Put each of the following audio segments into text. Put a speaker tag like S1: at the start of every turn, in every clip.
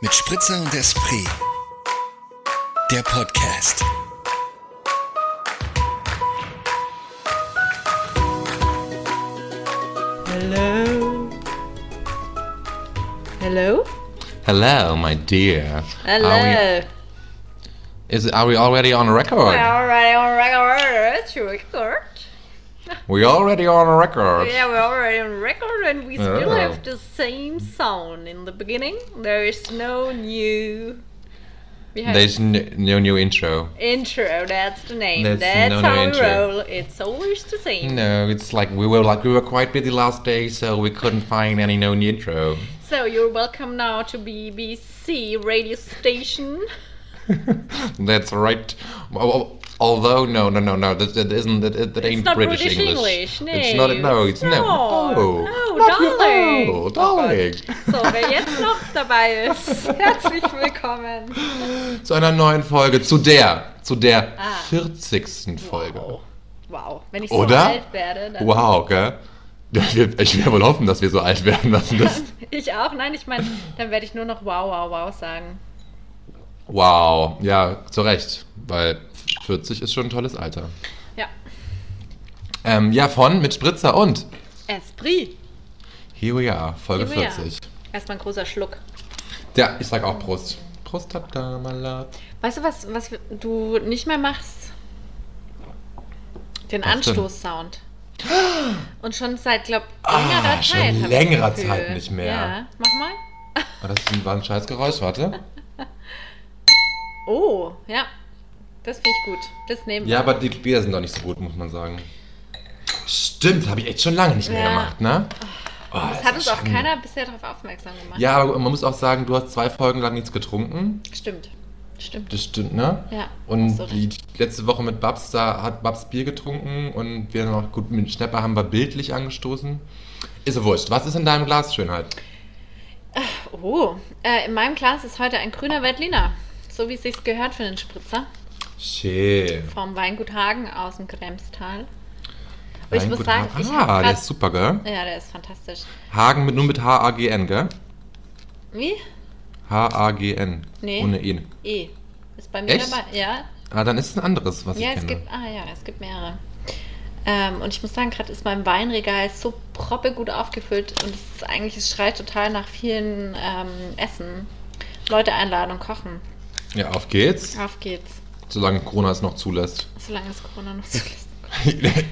S1: Mit Spritzer und Esprit. Der Podcast.
S2: Hello. Hello?
S3: Hello, my dear. Are
S2: Hello.
S3: we, is, are we already on record?
S2: already on record. It's record.
S3: We're already on record.
S2: Yeah, we're already on record and we still
S3: Oh.
S2: have the same sound in the beginning. There is no new we have
S3: There's n- no new intro.
S2: intro, that's the name.
S3: There's
S2: that's
S3: no new
S2: how we
S3: intro.
S2: roll. It's always the same.
S3: No, it's like we were like we were quite busy last day, so we couldn't find any known intro.
S2: So you're welcome now to BBC radio station.
S3: That's right. Al- al- Although no, no, no, no, that, that isn't that, that ain't
S2: not
S3: British,
S2: British English, no.
S3: It's not. No, it's no.
S2: No,
S3: no,
S2: no,
S3: not your-
S2: darling.
S3: Oh, darling.
S2: So, wer jetzt noch dabei ist, herzlich willkommen.
S3: zu einer neuen Folge, zu der, zu der
S2: Ah.
S3: 40. Folge.
S2: Wow. Wow. Wenn ich
S3: Oder?
S2: so alt werde, dann.
S3: Wow, gell? Ich will wohl hoffen, dass wir so alt werden. Dass das
S2: Ich auch. Nein, ich meine, dann werde ich nur noch wow, wow, wow sagen.
S3: wow, ja, zu Recht, weil 40 ist schon ein tolles Alter.
S2: Ja.
S3: Ähm, ja, von mit Spritzer und
S2: Esprit.
S3: here we are, Folge
S2: Here we are.
S3: 40.
S2: Erstmal ein großer Schluck.
S3: Ja, ich sag auch Prost. Prost, Tadamala.
S2: Weißt du, was, was du nicht mehr machst? Den
S3: Was denn?
S2: Anstoßsound. Und schon seit, glaube ich,
S3: Ah,
S2: längerer
S3: schon
S2: Zeit. hab ich
S3: längerer
S2: das Gefühl.
S3: Zeit nicht mehr.
S2: Ja, mach mal.
S3: Oh, Das war ein scheiß Geräusch, warte.
S2: Oh, ja. Das finde ich gut. Das nehmen wir.
S3: Ja, aber die Bier sind doch nicht so gut, muss man sagen. Stimmt, habe ich echt schon lange nicht mehr
S2: Ja.
S3: gemacht, ne? Oh,
S2: das
S3: ist
S2: hat uns auch
S3: Schande.
S2: keiner bisher darauf aufmerksam gemacht.
S3: Ja, aber man muss auch sagen, du hast zwei Folgen lang nichts getrunken.
S2: Stimmt. Stimmt.
S3: Das stimmt, ne?
S2: Ja.
S3: Und
S2: hast du
S3: die
S2: recht.
S3: letzte Woche mit Babs, da hat Babs Bier getrunken und wir noch gut mit Schnepper haben wir bildlich angestoßen. Ist ja wurscht. Was ist in deinem Glas Schönheit?
S2: Oh, äh, in meinem Glas ist heute ein grüner Veltliner. So wie es sich gehört für den Spritzer.
S3: Schön.
S2: Vom Weingut Hagen aus dem Kremstal. Und ich
S3: Dein
S2: muss
S3: guter-
S2: sagen, ich hab
S3: ah, der
S2: grad-
S3: ist super, gell?
S2: Ja, der ist fantastisch.
S3: Hagen mit, nur mit H-A-G-N, gell?
S2: Wie?
S3: H-A-G-N.
S2: Nee.
S3: Ohne E.
S2: E. Ist bei mir
S3: Echt?
S2: dabei. Ja,
S3: Ah, dann ist es ein anderes, was
S2: ja
S3: ich
S2: es
S3: kenne.
S2: gibt. Ah ja, es gibt mehrere. Ähm, und ich muss sagen, gerade ist mein Weinregal so proppegut aufgefüllt und es ist eigentlich, es schreit total nach vielen ähm, Essen. Leute einladen und kochen.
S3: Ja, auf geht's.
S2: Auf geht's.
S3: Solange Corona es noch zulässt.
S2: Solange es Corona noch zulässt.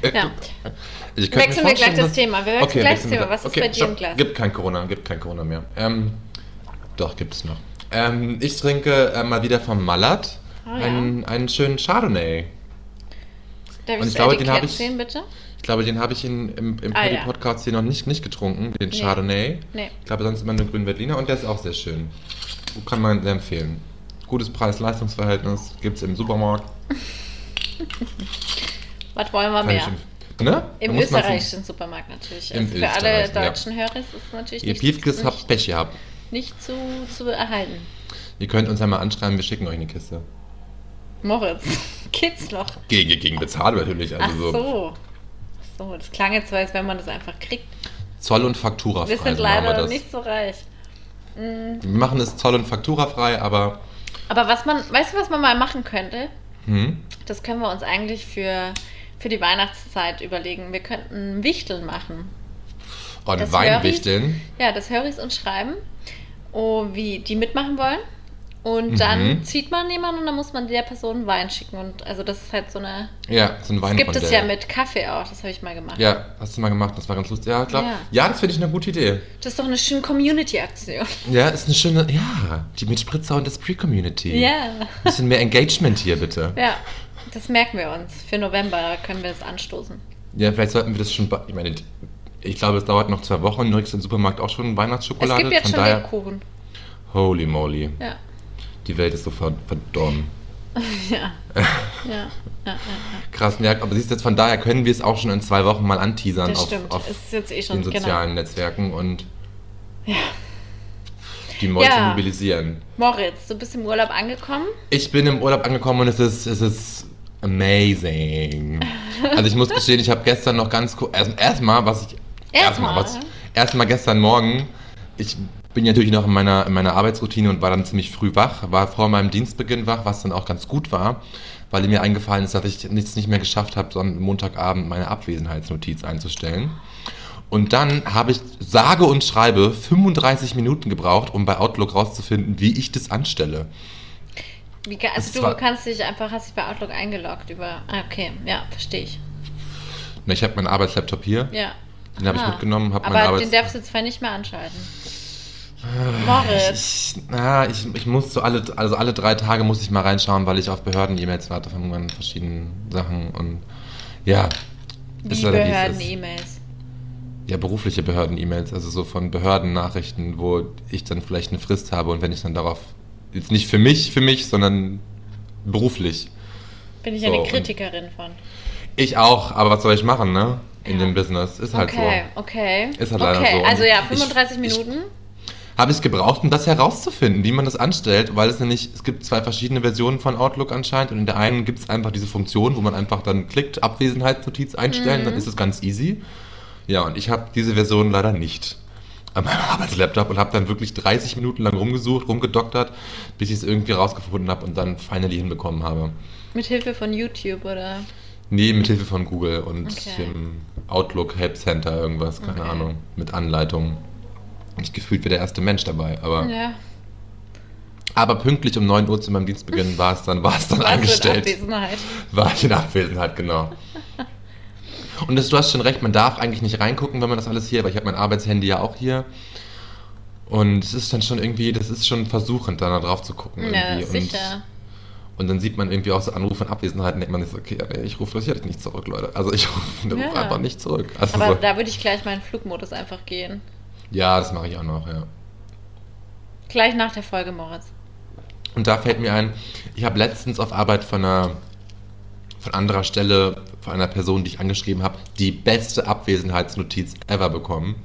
S3: ja.
S2: Ja.
S3: Ich könnte
S2: Wechseln
S3: mir
S2: wir gleich
S3: vorstellen,
S2: das
S3: dass-
S2: Thema. Wir wechseln Äh, gleich das
S3: wechseln wir
S2: Thema.
S3: da-
S2: Was
S3: okay,
S2: ist bei dir
S3: stopp.
S2: im Glas?
S3: Gibt kein Corona, gibt kein Corona mehr. Ähm, doch, gibt es noch. Ähm, ich trinke äh, mal wieder vom Malat
S2: Ah,
S3: einen, einen schönen Chardonnay.
S2: Darf ich
S3: Und ich
S2: das
S3: glaube, den
S2: Etikett
S3: hab ich-
S2: sehen, bitte?
S3: Ich glaube, den habe ich in, im, im
S2: Ah,
S3: Paddy
S2: ja.
S3: Podcast hier noch nicht, nicht getrunken, den Chardonnay.
S2: Nee.
S3: Ich glaube, sonst immer nur grünen Berliner und der ist auch sehr schön. Kann man sehr empfehlen. Gutes Preis-Leistungs-Verhältnis gibt es im Supermarkt.
S2: Was wollen wir
S3: Kann ich
S2: mehr?
S3: empf- ne? Da
S2: Im
S3: muss man-
S2: österreichischen Supermarkt natürlich.
S3: Im
S2: Also für alle
S3: österreichischen, ja.
S2: deutschen Hörer ist es natürlich
S3: Ihr
S2: nicht,
S3: Piefkes habt
S2: nicht,
S3: Pech gehabt.
S2: nicht zu, zu erhalten.
S3: Ihr könnt uns ja mal anschreiben, wir schicken euch eine Kiste.
S2: Moritz, geht's noch?
S3: Gegen, gegen bezahlt natürlich.
S2: Ach
S3: Also so.
S2: so. Ach so, das klang jetzt so, als wenn man das einfach kriegt.
S3: Zoll- und Faktura frei.
S2: Wir sind
S3: wir,
S2: leider
S3: das.
S2: nicht so reich. Mm,
S3: wir machen es Zoll- und Faktura frei, aber
S2: Aber was man, weißt du, was man mal machen könnte?
S3: hm,
S2: Das können wir uns eigentlich für, für die Weihnachtszeit überlegen. Wir könnten Wichteln machen. Das
S3: und
S2: Höris-
S3: Weinwichteln.
S2: Ja, das höre ich uns schreiben, oh, wie die mitmachen wollen. Und
S3: Mhm.
S2: dann zieht man jemanden und dann muss man der Person Wein schicken. Und also das ist halt so eine.
S3: Ja, so ein
S2: Das gibt
S3: Weinrondell.
S2: es ja mit Kaffee auch, das habe ich mal gemacht.
S3: Ja, hast du mal gemacht, das war ganz lustig. Ja, klar.
S2: Ja.
S3: Ja, das finde ich eine gute Idee.
S2: Das ist doch eine schöne Community-Aktion.
S3: Ja, ist eine schöne, ja, die mit Spritzer und das Pre-Community.
S2: Ja.
S3: Bisschen mehr Engagement hier, bitte. Ja.
S2: Ja. Das merken wir uns. Für November können wir das anstoßen.
S3: vielleicht sollten wir das schon, ba- ich meine, ich glaube, es dauert noch zwei Wochen, du kriegst im Supermarkt auch schon
S2: Es
S3: Weihnachtsschokolade.
S2: gibt jetzt
S3: von
S2: schon
S3: daher,
S2: Lebkuchen.
S3: holy moly,
S2: Ja.
S3: die Welt ist so ver- verdorben.
S2: Ja. ja. ja. ja.
S3: Krass, ja, aber siehst du, jetzt von daher können wir es auch schon in zwei Wochen mal anteasern
S2: Das
S3: auf,
S2: stimmt.
S3: auf
S2: es ist jetzt eh schon
S3: den
S2: genau.
S3: sozialen Netzwerken und die Meute
S2: Ja.
S3: mobilisieren.
S2: Moritz, du bist im Urlaub angekommen.
S3: Ich bin im Urlaub angekommen und es ist, es ist amazing. Also ich muss gestehen, ich habe gestern noch ganz kurz, erstmal, was ich,
S2: Erstmal,
S3: was,
S2: ja.
S3: erstmal gestern Morgen, ich bin bin ja natürlich noch in meiner, in meiner Arbeitsroutine und war dann ziemlich früh wach, war vor meinem Dienstbeginn wach, was dann auch ganz gut war, weil mir eingefallen ist, dass ich nichts nicht mehr geschafft habe, so am Montagabend meine Abwesenheitsnotiz einzustellen. Und dann habe ich sage und schreibe 35 Minuten gebraucht, um bei Outlook rauszufinden, wie ich das anstelle.
S2: Wie, ge-
S3: Es
S2: also du
S3: war-
S2: kannst dich einfach, hast dich bei Outlook eingeloggt über. Ah, okay, ja, verstehe ich.
S3: Na, ich habe meinen Arbeitslaptop hier,
S2: Ja.
S3: den habe ich
S2: Ah.
S3: mitgenommen, habe meine Ah,
S2: Aber
S3: Arbeits...
S2: den darfst du jetzt zwar nicht mehr anschalten. Moritz.
S3: Ich, na, ich, ich muss so alle, also alle drei Tage muss ich mal reinschauen, weil ich auf Behörden-E-Mails warte von meinen verschiedenen Sachen und ja.
S2: Wie
S3: leider, wie es ist.
S2: Behörden-E-Mails.
S3: Ja, berufliche Behörden-E-Mails, also so von Behörden-Nachrichten, wo ich dann vielleicht eine Frist habe und wenn ich dann darauf, jetzt nicht für mich, für mich, sondern beruflich.
S2: Bin ich
S3: So,
S2: eine
S3: und-
S2: Kritikerin von.
S3: Ich auch, aber was soll ich machen, ne? In
S2: Ja.
S3: dem Business. Ist halt
S2: Okay,
S3: so.
S2: okay.
S3: Ist halt leider
S2: okay,
S3: so. Und
S2: also ja,
S3: ich-
S2: 35
S3: ich-
S2: Minuten.
S3: Habe ich gebraucht, um das herauszufinden, wie man das anstellt, weil es nämlich, es gibt zwei verschiedene Versionen von Outlook anscheinend und in der einen gibt es einfach diese Funktion, wo man einfach dann klickt, Abwesenheitsnotiz
S2: Mhm.
S3: einstellen, dann ist es ganz easy. Ja, und ich habe diese Version leider nicht an meinem Arbeitslaptop und habe dann wirklich 30 Minuten lang rumgesucht, rumgedoktert, bis ich es irgendwie rausgefunden habe und dann finally hinbekommen habe.
S2: Mit Hilfe von YouTube oder.
S3: Nee, mit Hilfe von Google und
S2: Okay.
S3: dem Outlook Help Center irgendwas, keine
S2: Okay.
S3: Ahnung, mit Anleitungen. Ich gefühlt wie der erste Mensch dabei, aber,
S2: Ja.
S3: aber pünktlich um 9 Uhr zu meinem Dienstbeginn war es dann, war es dann
S2: warst du in
S3: angestellt.
S2: Abwesenheit.
S3: War ich in Abwesenheit, genau. Und das, du hast schon recht, man darf eigentlich nicht reingucken, wenn man das alles hier, aber ich habe mein Arbeitshandy ja auch hier. Und es ist dann schon irgendwie, das ist schon versuchend, da drauf zu gucken.
S2: Ja,
S3: irgendwie.
S2: sicher.
S3: Und, und dann sieht man irgendwie auch so Anrufe und Abwesenheiten, denkt man sich, so, okay, nee, ich rufe das jetzt nicht zurück, Leute. Also ich rufe
S2: Ja.
S3: ruf einfach nicht zurück. Also
S2: Aber
S3: so,
S2: da würde ich gleich meinen Flugmodus einfach gehen.
S3: ja, das mache ich auch noch, ja.
S2: Gleich nach der Folge, Moritz.
S3: Und da fällt mir ein, ich habe letztens auf Arbeit von einer von anderer Stelle von einer Person, die ich angeschrieben habe, die beste Abwesenheitsnotiz ever bekommen.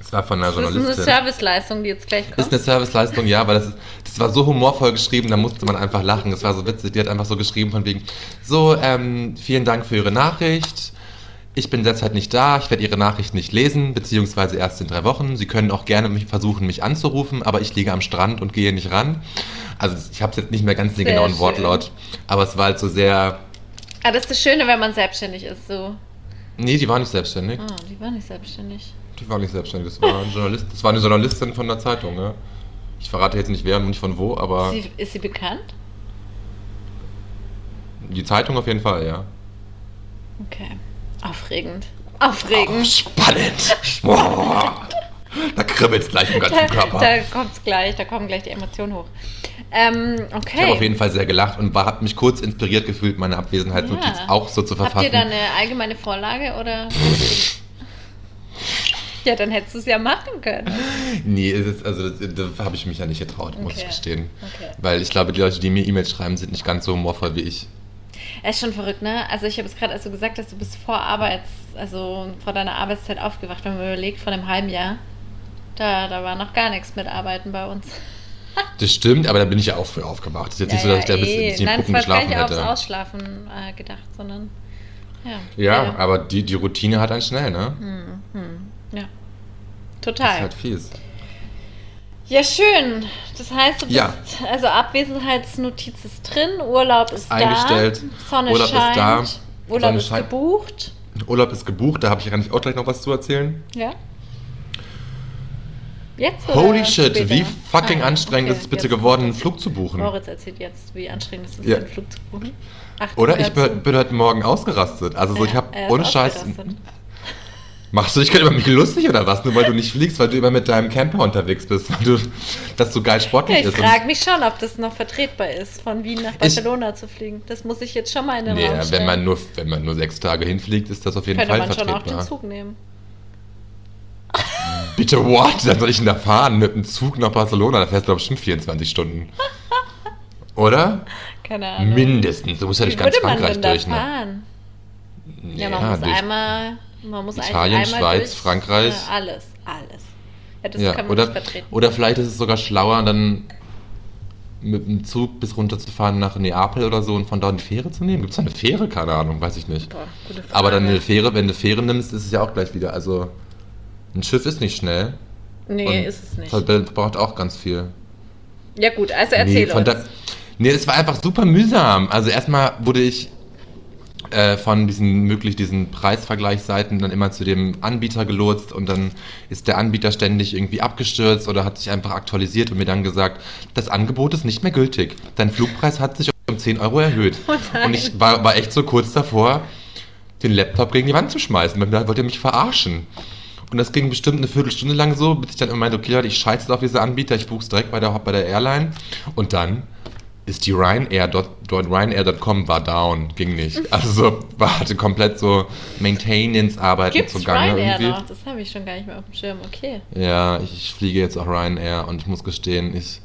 S3: Es war von einer
S2: Das ist eine
S3: Journalistin.
S2: Serviceleistung, die jetzt gleich kommt.
S3: Ist eine Serviceleistung, ja, weil das, das war so humorvoll geschrieben, da musste man einfach lachen. Es war so witzig. Die hat einfach so geschrieben von wegen, so, ähm, vielen Dank für Ihre Nachricht. Ich bin derzeit nicht da, ich werde Ihre Nachricht nicht lesen, beziehungsweise erst in drei Wochen. Sie können auch gerne mich versuchen, mich anzurufen, aber ich liege am Strand und gehe nicht ran. Also ich habe jetzt nicht mehr ganz den
S2: Sehr
S3: genauen
S2: schön.
S3: Wortlaut, aber es war halt so sehr...
S2: ah, das ist das Schöne, wenn man selbstständig ist. So.
S3: Nee, die war nicht selbstständig.
S2: Ah, die war nicht selbstständig.
S3: Die war nicht selbstständig, das war, ein Journalist, das war eine Journalistin von der Zeitung, ja. Ich verrate jetzt nicht wer und nicht von wo, aber...
S2: Sie, ist sie bekannt?
S3: Die Zeitung auf jeden Fall, ja.
S2: Okay. Aufregend. Aufregend.
S3: Spannend. Boah. Da kribbelt's gleich im ganzen
S2: da
S3: Körper.
S2: da kommt es gleich, da kommen gleich die Emotionen hoch. Ähm, okay.
S3: Ich habe auf jeden Fall sehr gelacht und war, hab mich kurz inspiriert gefühlt, meine Abwesenheitsnotiz
S2: Ja.
S3: auch so zu
S2: Habt ihr
S3: verfassen.
S2: da eine allgemeine Vorlage oder? ja, dann hättest du es ja machen können.
S3: nee, es ist, also das, da habe ich mich ja nicht getraut, muss
S2: Okay.
S3: ich gestehen.
S2: Okay.
S3: Weil ich glaube, die Leute, die mir E-Mails schreiben, sind nicht ganz so humorvoll wie ich.
S2: Er ist schon verrückt, ne? Also ich habe es gerade, als du gesagt hast, du bist vor Arbeits, also vor deiner Arbeitszeit aufgewacht, wenn man überlegt, vor einem halben Jahr. Da, da war noch gar nichts mit Arbeiten bei uns.
S3: Das stimmt, aber da bin ich ja auch früh aufgewacht. Es ist jetzt nicht so, dass ich da bis
S2: eh.
S3: bis in die
S2: Nein,
S3: Puppen
S2: es war gar
S3: geschlafen
S2: nicht aufs
S3: hätte.
S2: Ausschlafen äh, gedacht, sondern ja.
S3: Ja, aber die, die Routine hat einen schnell, ne?
S2: Hm, hm, ja.
S3: Das
S2: Total.
S3: ist halt fies.
S2: Ja, schön. Das heißt, du bist,
S3: Ja.
S2: also Abwesenheitsnotiz ist drin, Urlaub ist
S3: eingestellt,
S2: da, Sonne
S3: Urlaub ist
S2: scheint,
S3: da,
S2: Urlaub
S3: Sonne
S2: ist
S3: scheint.
S2: gebucht.
S3: Urlaub ist gebucht, da habe ich eigentlich auch gleich noch was zu erzählen.
S2: Ja. Jetzt oder
S3: Holy shit,
S2: später?
S3: wie fucking
S2: Äh, Ah,
S3: anstrengend
S2: okay,
S3: ist es bitte
S2: jetzt-
S3: geworden, einen Flug zu buchen.
S2: Moritz erzählt jetzt, wie anstrengend es ist,
S3: Ja.
S2: einen Flug zu buchen. Ach,
S3: Oder ich
S2: dazu.
S3: bin, bin heute Morgen ausgerastet. Also so, ich
S2: Ja,
S3: habe
S2: er ist
S3: ohne Scheiß.
S2: ausgerastet.
S3: Machst du dich gerade über mich lustig oder was? Nur weil du nicht fliegst, weil du immer mit deinem Camper unterwegs bist, weil du das so geil
S2: Ja,
S3: sportlich
S2: ich
S3: ist.
S2: frage mich schon, ob das noch vertretbar ist, von Wien nach Barcelona zu fliegen. Das muss ich jetzt schon mal in den
S3: nee,
S2: Raum stellen.
S3: wenn man, nur, wenn man nur sechs Tage hinfliegt, ist das auf jeden
S2: Könnte
S3: Fall
S2: man schon auch den
S3: vertretbar.
S2: Zug nehmen.
S3: Bitte what? Dann soll ich denn da fahren mit dem Zug nach Barcelona. Da fährst du bestimmt 24 Stunden. Oder?
S2: Keine Ahnung.
S3: Mindestens. Du musst ja
S2: Wie
S3: durch ganz
S2: würde man
S3: Frankreich
S2: denn da
S3: durch. Ne?
S2: fahren?
S3: Nee,
S2: Ja, man muss
S3: durch-
S2: einmal, man muss eigentlich
S3: Italien,
S2: einmal
S3: Schweiz,
S2: durch,
S3: Frankreich.
S2: äh, alles, alles. Ja, das
S3: ja,
S2: kann man
S3: oder,
S2: nicht vertreten.
S3: oder vielleicht ist es sogar schlauer, dann mit dem Zug bis runter zu fahren nach Neapel oder so und von dort eine Fähre zu nehmen. Gibt es da eine Fähre? Keine Ahnung, weiß ich nicht.
S2: Boah, gute Frage.
S3: Aber dann eine Fähre, wenn du eine Fähre nimmst, ist es ja auch gleich wieder. Also ein Schiff ist nicht schnell.
S2: Nee,
S3: Und
S2: ist es nicht.
S3: Das braucht auch ganz viel.
S2: Ja gut, also erzähl
S3: nee,
S2: uns.
S3: da- nee, das war einfach super mühsam. Also erstmal wurde ich äh, von diesen möglich diesen Preisvergleichsseiten dann immer zu dem Anbieter gelotst und dann ist der Anbieter ständig irgendwie abgestürzt oder hat sich einfach aktualisiert und mir dann gesagt, das Angebot ist nicht mehr gültig. Dein Flugpreis hat sich um 10 Euro erhöht.
S2: Oh nein.
S3: und ich war, war echt so kurz davor, den Laptop gegen die Wand zu schmeißen. Weil ich dachte, wollt ihr mich verarschen? Und das ging bestimmt eine Viertelstunde lang so, bis ich dann immer meinte, okay Leute, ich scheiße jetzt auf diese Anbieter, ich buche es direkt bei der, bei der Airline. Und dann ist die Ryanair, dort, dort Ryanair.com war down, ging nicht. Also so, war, hatte komplett so Maintenance-Arbeiten
S2: Gibt's
S3: zugange
S2: Ryanair
S3: irgendwie.
S2: noch? Das habe ich schon gar nicht mehr auf dem Schirm. Okay.
S3: Ja, ich, ich fliege jetzt auch Ryanair und ich muss gestehen, ich,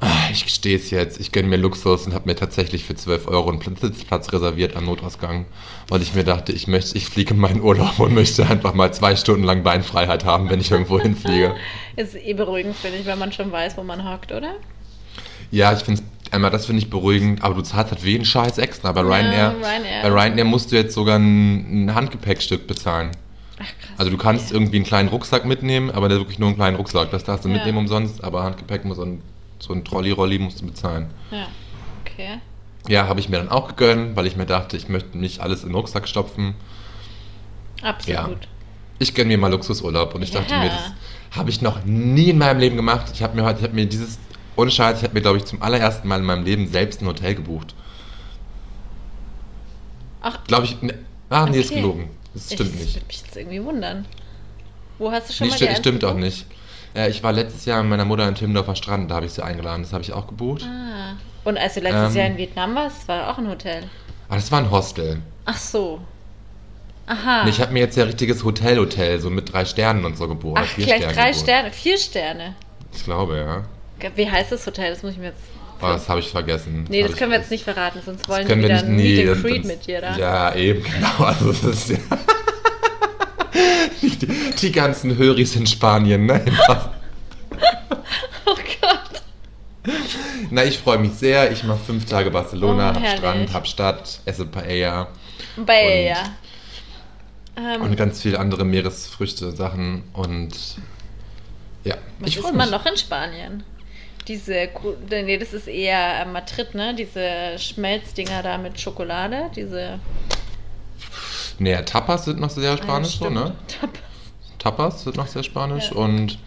S3: ah, ich gestehe es jetzt. Ich gönne mir Luxus und habe mir tatsächlich für 12 Euro einen Pl- Sitzplatz reserviert am Notausgang, weil ich mir dachte, ich möchte, ich fliege in meinen Urlaub und möchte einfach mal zwei Stunden lang Beinfreiheit haben, wenn ich irgendwo hinfliege.
S2: Ist eh beruhigend, finde ich, wenn man schon weiß, wo man hockt, oder?
S3: Ja, ich finde einmal das finde ich beruhigend, aber du zahlst halt wie einen Scheiß extra. Bei Ryanair,
S2: Ryanair.
S3: bei Ryanair musst du jetzt sogar ein, ein Handgepäckstück bezahlen.
S2: Ach krass.
S3: Also du kannst irgendwie einen kleinen Rucksack mitnehmen, aber der wirklich nur einen kleinen Rucksack. Das darfst du
S2: Ja.
S3: mitnehmen umsonst, aber Handgepäck muss und so ein Trolley-Rolli musst du bezahlen.
S2: Ja. Okay.
S3: Ja, habe ich mir dann auch gegönnt, weil ich mir dachte, ich möchte nicht alles in den Rucksack stopfen.
S2: Absolut.
S3: Ich gönne mir mal Luxusurlaub und ich dachte
S2: Ja.
S3: mir, das habe ich noch nie in meinem Leben gemacht. Ich habe mir heute, ich habe mir dieses, ohne Scheiß, ich habe mir glaube ich zum allerersten Mal in meinem Leben selbst ein Hotel gebucht.
S2: Ach,
S3: Glaube ich, ne, ah nee, ist
S2: Okay.
S3: gelogen. Das stimmt
S2: ich,
S3: nicht.
S2: würde mich jetzt irgendwie wundern. Wo hast du schon
S3: Nee,
S2: mal
S3: stimmt,
S2: die
S3: stimmt auch
S2: Ernst-
S3: nicht. Äh, ich war letztes Jahr mit meiner Mutter in Timmendorfer Strand, da habe ich sie eingeladen, das habe ich auch gebucht.
S2: Ah. Und als du letztes
S3: Ähm.
S2: Jahr in Vietnam warst, war auch ein Hotel.
S3: Aber das war ein Hostel.
S2: Ach so. Aha. Ah.
S3: Nee, ich habe mir jetzt ja richtiges Hotel-Hotel, so mit drei Sternen und so geboren.
S2: Ach, gleich drei
S3: geboren.
S2: Sterne, vier Sterne.
S3: Ich glaube, ja.
S2: Wie heißt das Hotel? Das muss ich mir jetzt.
S3: Oh, das habe ich vergessen.
S2: Nee,
S3: hab
S2: das
S3: ich
S2: können wir jetzt
S3: vergessen.
S2: nicht verraten, sonst
S3: Das
S2: wollen wir
S3: können
S2: wieder
S3: wir nicht,
S2: ein
S3: nee.
S2: Meet
S3: das-
S2: and Greet
S3: das-
S2: mit dir da.
S3: Ja, eben, genau. Also, das ist ja. die, die ganzen Höris in Spanien, ne?
S2: Oh Gott.
S3: Na, ich freue mich sehr. Ich mache fünf Tage Barcelona,
S2: Oh,
S3: hab
S2: herrlich.
S3: Strand, hab Stadt, esse Paella.
S2: Bayer. Ähm,
S3: Und ganz viele andere Meeresfrüchte, Sachen und ja.
S2: was
S3: ich
S2: ist
S3: freue
S2: man
S3: mich.
S2: noch in Spanien? Diese, Gru- nee, das ist eher äh, Madrid, ne? Diese Schmelzdinger da mit Schokolade, diese.
S3: Nee, Tapas sind noch sehr spanisch, so,
S2: Ah,
S3: ne?
S2: stimmt.
S3: Tapas sind noch sehr spanisch
S2: Ja.
S3: und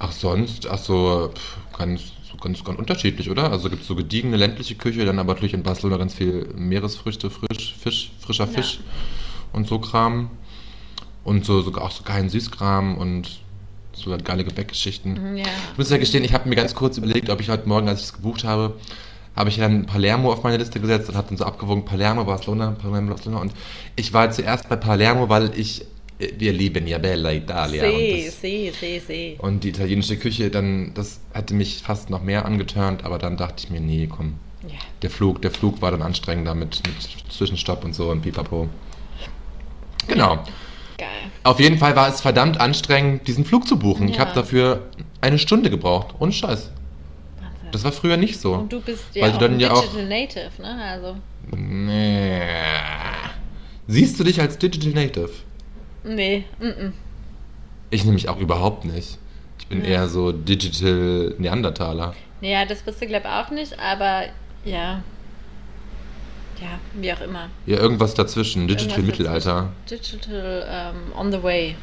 S3: ach sonst, ach so, pf, ganz, so ganz, ganz unterschiedlich, oder? Also gibt es so gediegene ländliche Küche, dann aber natürlich in Barcelona ganz viel Meeresfrüchte, frisch, Fisch, frischer
S2: Ja.
S3: Fisch und so Kram. Und so sogar auch so geilen Süßkram und so geile Gebäckgeschichten.
S2: Ja.
S3: Ich muss ja gestehen, ich habe mir ganz kurz überlegt, ob ich heute Morgen, als ich es gebucht habe, habe ich dann Palermo auf meine Liste gesetzt und habe dann so abgewogen, Palermo, Barcelona, Palermo, Barcelona. Und ich war zuerst bei Palermo, weil ich, äh, wir lieben ja Bella Italia.
S2: Sí,
S3: Und,
S2: sí, sí, sí.
S3: das, und die italienische Küche, dann, das hatte mich fast noch mehr angeturnt, aber dann dachte ich mir, nee, komm.
S2: Ja.
S3: Der Flug, der Flug war dann anstrengender mit, mit Zwischenstopp und so und pipapo. Genau.
S2: Geil.
S3: Auf jeden Fall war es verdammt anstrengend, diesen Flug zu buchen. Ich
S2: Ja.
S3: habe dafür eine Stunde gebraucht. Ohne Scheiß.
S2: Wahnsinn.
S3: Das war früher nicht so.
S2: Und du bist ja
S3: Weil du
S2: auch
S3: dann
S2: ein
S3: ja auch-
S2: Digital Native, ne? Also,
S3: Nee. Siehst du dich als Digital Native?
S2: nee, mm
S3: Ich nämlich auch überhaupt nicht. Ich bin
S2: Ja.
S3: eher so Digital Neandertaler.
S2: Ja, das bist du, glaube ich, auch nicht, aber ja. Ja, wie auch immer.
S3: Ja, irgendwas dazwischen. Digital
S2: Irgendwas
S3: Mittelalter.
S2: Digital ähm, on the way.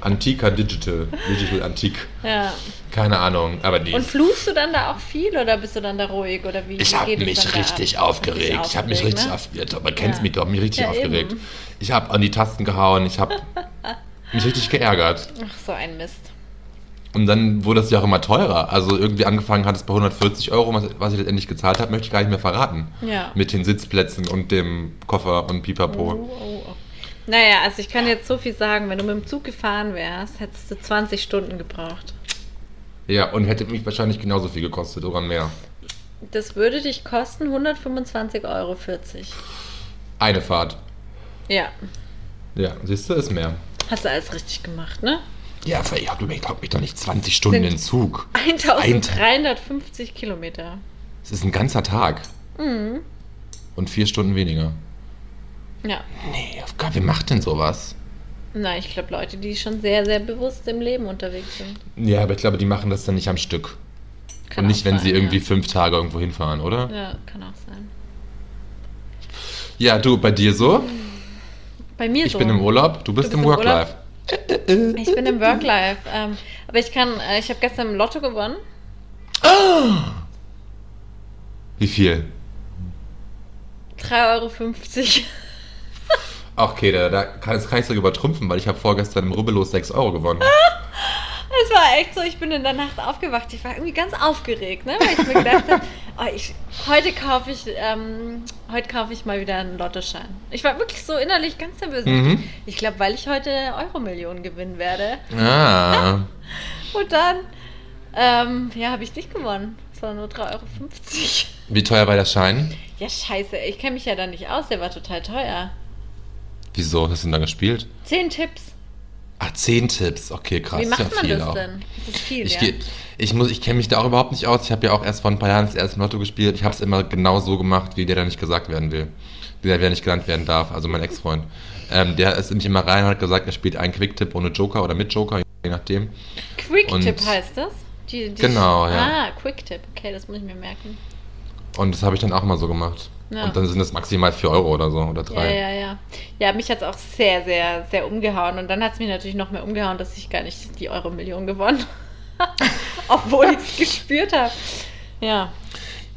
S3: Antiker Digital. Digital Antik.
S2: Ja.
S3: Keine Ahnung, aber nee.
S2: Und fluchst du dann da auch viel oder bist du dann da ruhig oder wie?
S3: Ich
S2: wie
S3: habe
S2: geht es dann
S3: mich
S2: da
S3: richtig
S2: ab?
S3: aufgeregt. Ich habe mich
S2: aufgeregt,
S3: richtig
S2: ne?
S3: aufgeregt. Aber kennst
S2: Ja.
S3: mich doch, mich richtig
S2: Ja,
S3: aufgeregt.
S2: eben.
S3: Ich habe an die Tasten gehauen. Ich habe mich richtig geärgert.
S2: Ach, so ein Mist.
S3: Und dann wurde es ja auch immer teurer. Also irgendwie angefangen hat es bei 140 Euro, was, was ich letztendlich gezahlt habe, möchte ich gar nicht mehr verraten.
S2: Ja.
S3: Mit den Sitzplätzen und dem Koffer und
S2: Mhm.
S3: Pipapo.
S2: Oh, Naja, also ich kann jetzt so viel sagen, wenn du mit dem Zug gefahren wärst, hättest du 20 Stunden gebraucht.
S3: Ja, und hätte mich wahrscheinlich genauso viel gekostet, sogar mehr.
S2: Das würde dich kosten 125,40 Euro.
S3: Eine Fahrt.
S2: Ja,
S3: Ja, siehst du, ist mehr.
S2: hast du alles richtig gemacht, ne?
S3: Ja, aber ich habe mich doch nicht 20 Stunden
S2: Sind-
S3: in Zug. Ein-
S2: 1350 Kilometer.
S3: Es ist ein ganzer Tag.
S2: Mhm.
S3: Und vier Stunden weniger.
S2: Ja,
S3: Nee, auf gar- wer macht denn sowas?
S2: Na, ich glaube, Leute, die schon sehr, sehr bewusst im Leben unterwegs sind.
S3: Ja, aber ich glaube, die machen das dann nicht am Stück.
S2: Kann
S3: und nicht,
S2: auch
S3: wenn
S2: sein,
S3: sie irgendwie
S2: Ja.
S3: fünf Tage irgendwo hinfahren, oder?
S2: ja, kann auch sein.
S3: Ja, du, bei dir so?
S2: Bei mir
S3: Ich
S2: so.
S3: bin im Urlaub, du bist,
S2: bist
S3: im
S2: im Urlaub?
S3: Worklife.
S2: Ich bin im Worklife. Ähm, aber ich kann, äh, ich habe gestern im Lotto gewonnen.
S3: Wie viel?
S2: 3,50 Euro.
S3: Okay, da, da kann, das kann ich sogar übertrumpfen, weil ich habe vorgestern im Rubbellos 6 Euro gewonnen.
S2: Es war echt so, ich bin in der Nacht aufgewacht. Ich war irgendwie ganz aufgeregt, ne? weil ich mir gedacht habe, oh, ich, heute kaufe ich, ähm, heute kaufe ich mal wieder einen Lottoschein. Ich war wirklich so innerlich ganz nervös.
S3: Mhm.
S2: Ich glaube, weil ich heute Euro-Millionen gewinnen werde.
S3: Ah.
S2: Und dann, ähm, ja, habe ich nicht gewonnen. Es waren nur 3,50 Euro.
S3: Wie teuer war der Schein?
S2: Ja, scheiße, ich kenne mich ja da nicht aus. Der war total teuer.
S3: Wieso? Hast du denn da gespielt?
S2: Zehn Tipps.
S3: Ach, 10 Tipps. Okay, krass.
S2: Wie
S3: ist
S2: macht
S3: ja
S2: man
S3: viel
S2: das
S3: auch.
S2: denn? Das ist viel,
S3: Ich,
S2: ja.
S3: geh- ich, muss- ich kenne mich da auch überhaupt nicht aus. Ich habe ja auch erst vor ein paar Jahren das erste Lotto gespielt. Ich habe es immer genau so gemacht, wie der da nicht gesagt werden will. Wie der, der nicht genannt werden darf, also mein Ex-Freund. Ähm, der ist nämlich immer rein und hat gesagt, er spielt einen Quicktipp ohne Joker oder mit Joker, je nachdem.
S2: Quick-Tip
S3: Und-
S2: heißt das? Die- die-
S3: Genau, ja.
S2: Ah, Quick-Tip. Okay, das muss ich mir merken.
S3: Und das habe ich dann auch mal so gemacht.
S2: Ja.
S3: Und dann sind es maximal 4 Euro oder so oder
S2: Ja,
S3: 3.
S2: ja, ja. Ja, mich hat es auch sehr, sehr, sehr umgehauen. Und dann hat es mich natürlich noch mehr umgehauen, dass ich gar nicht die Euro-Million gewonnen Obwohl ich es gespürt habe. Ja.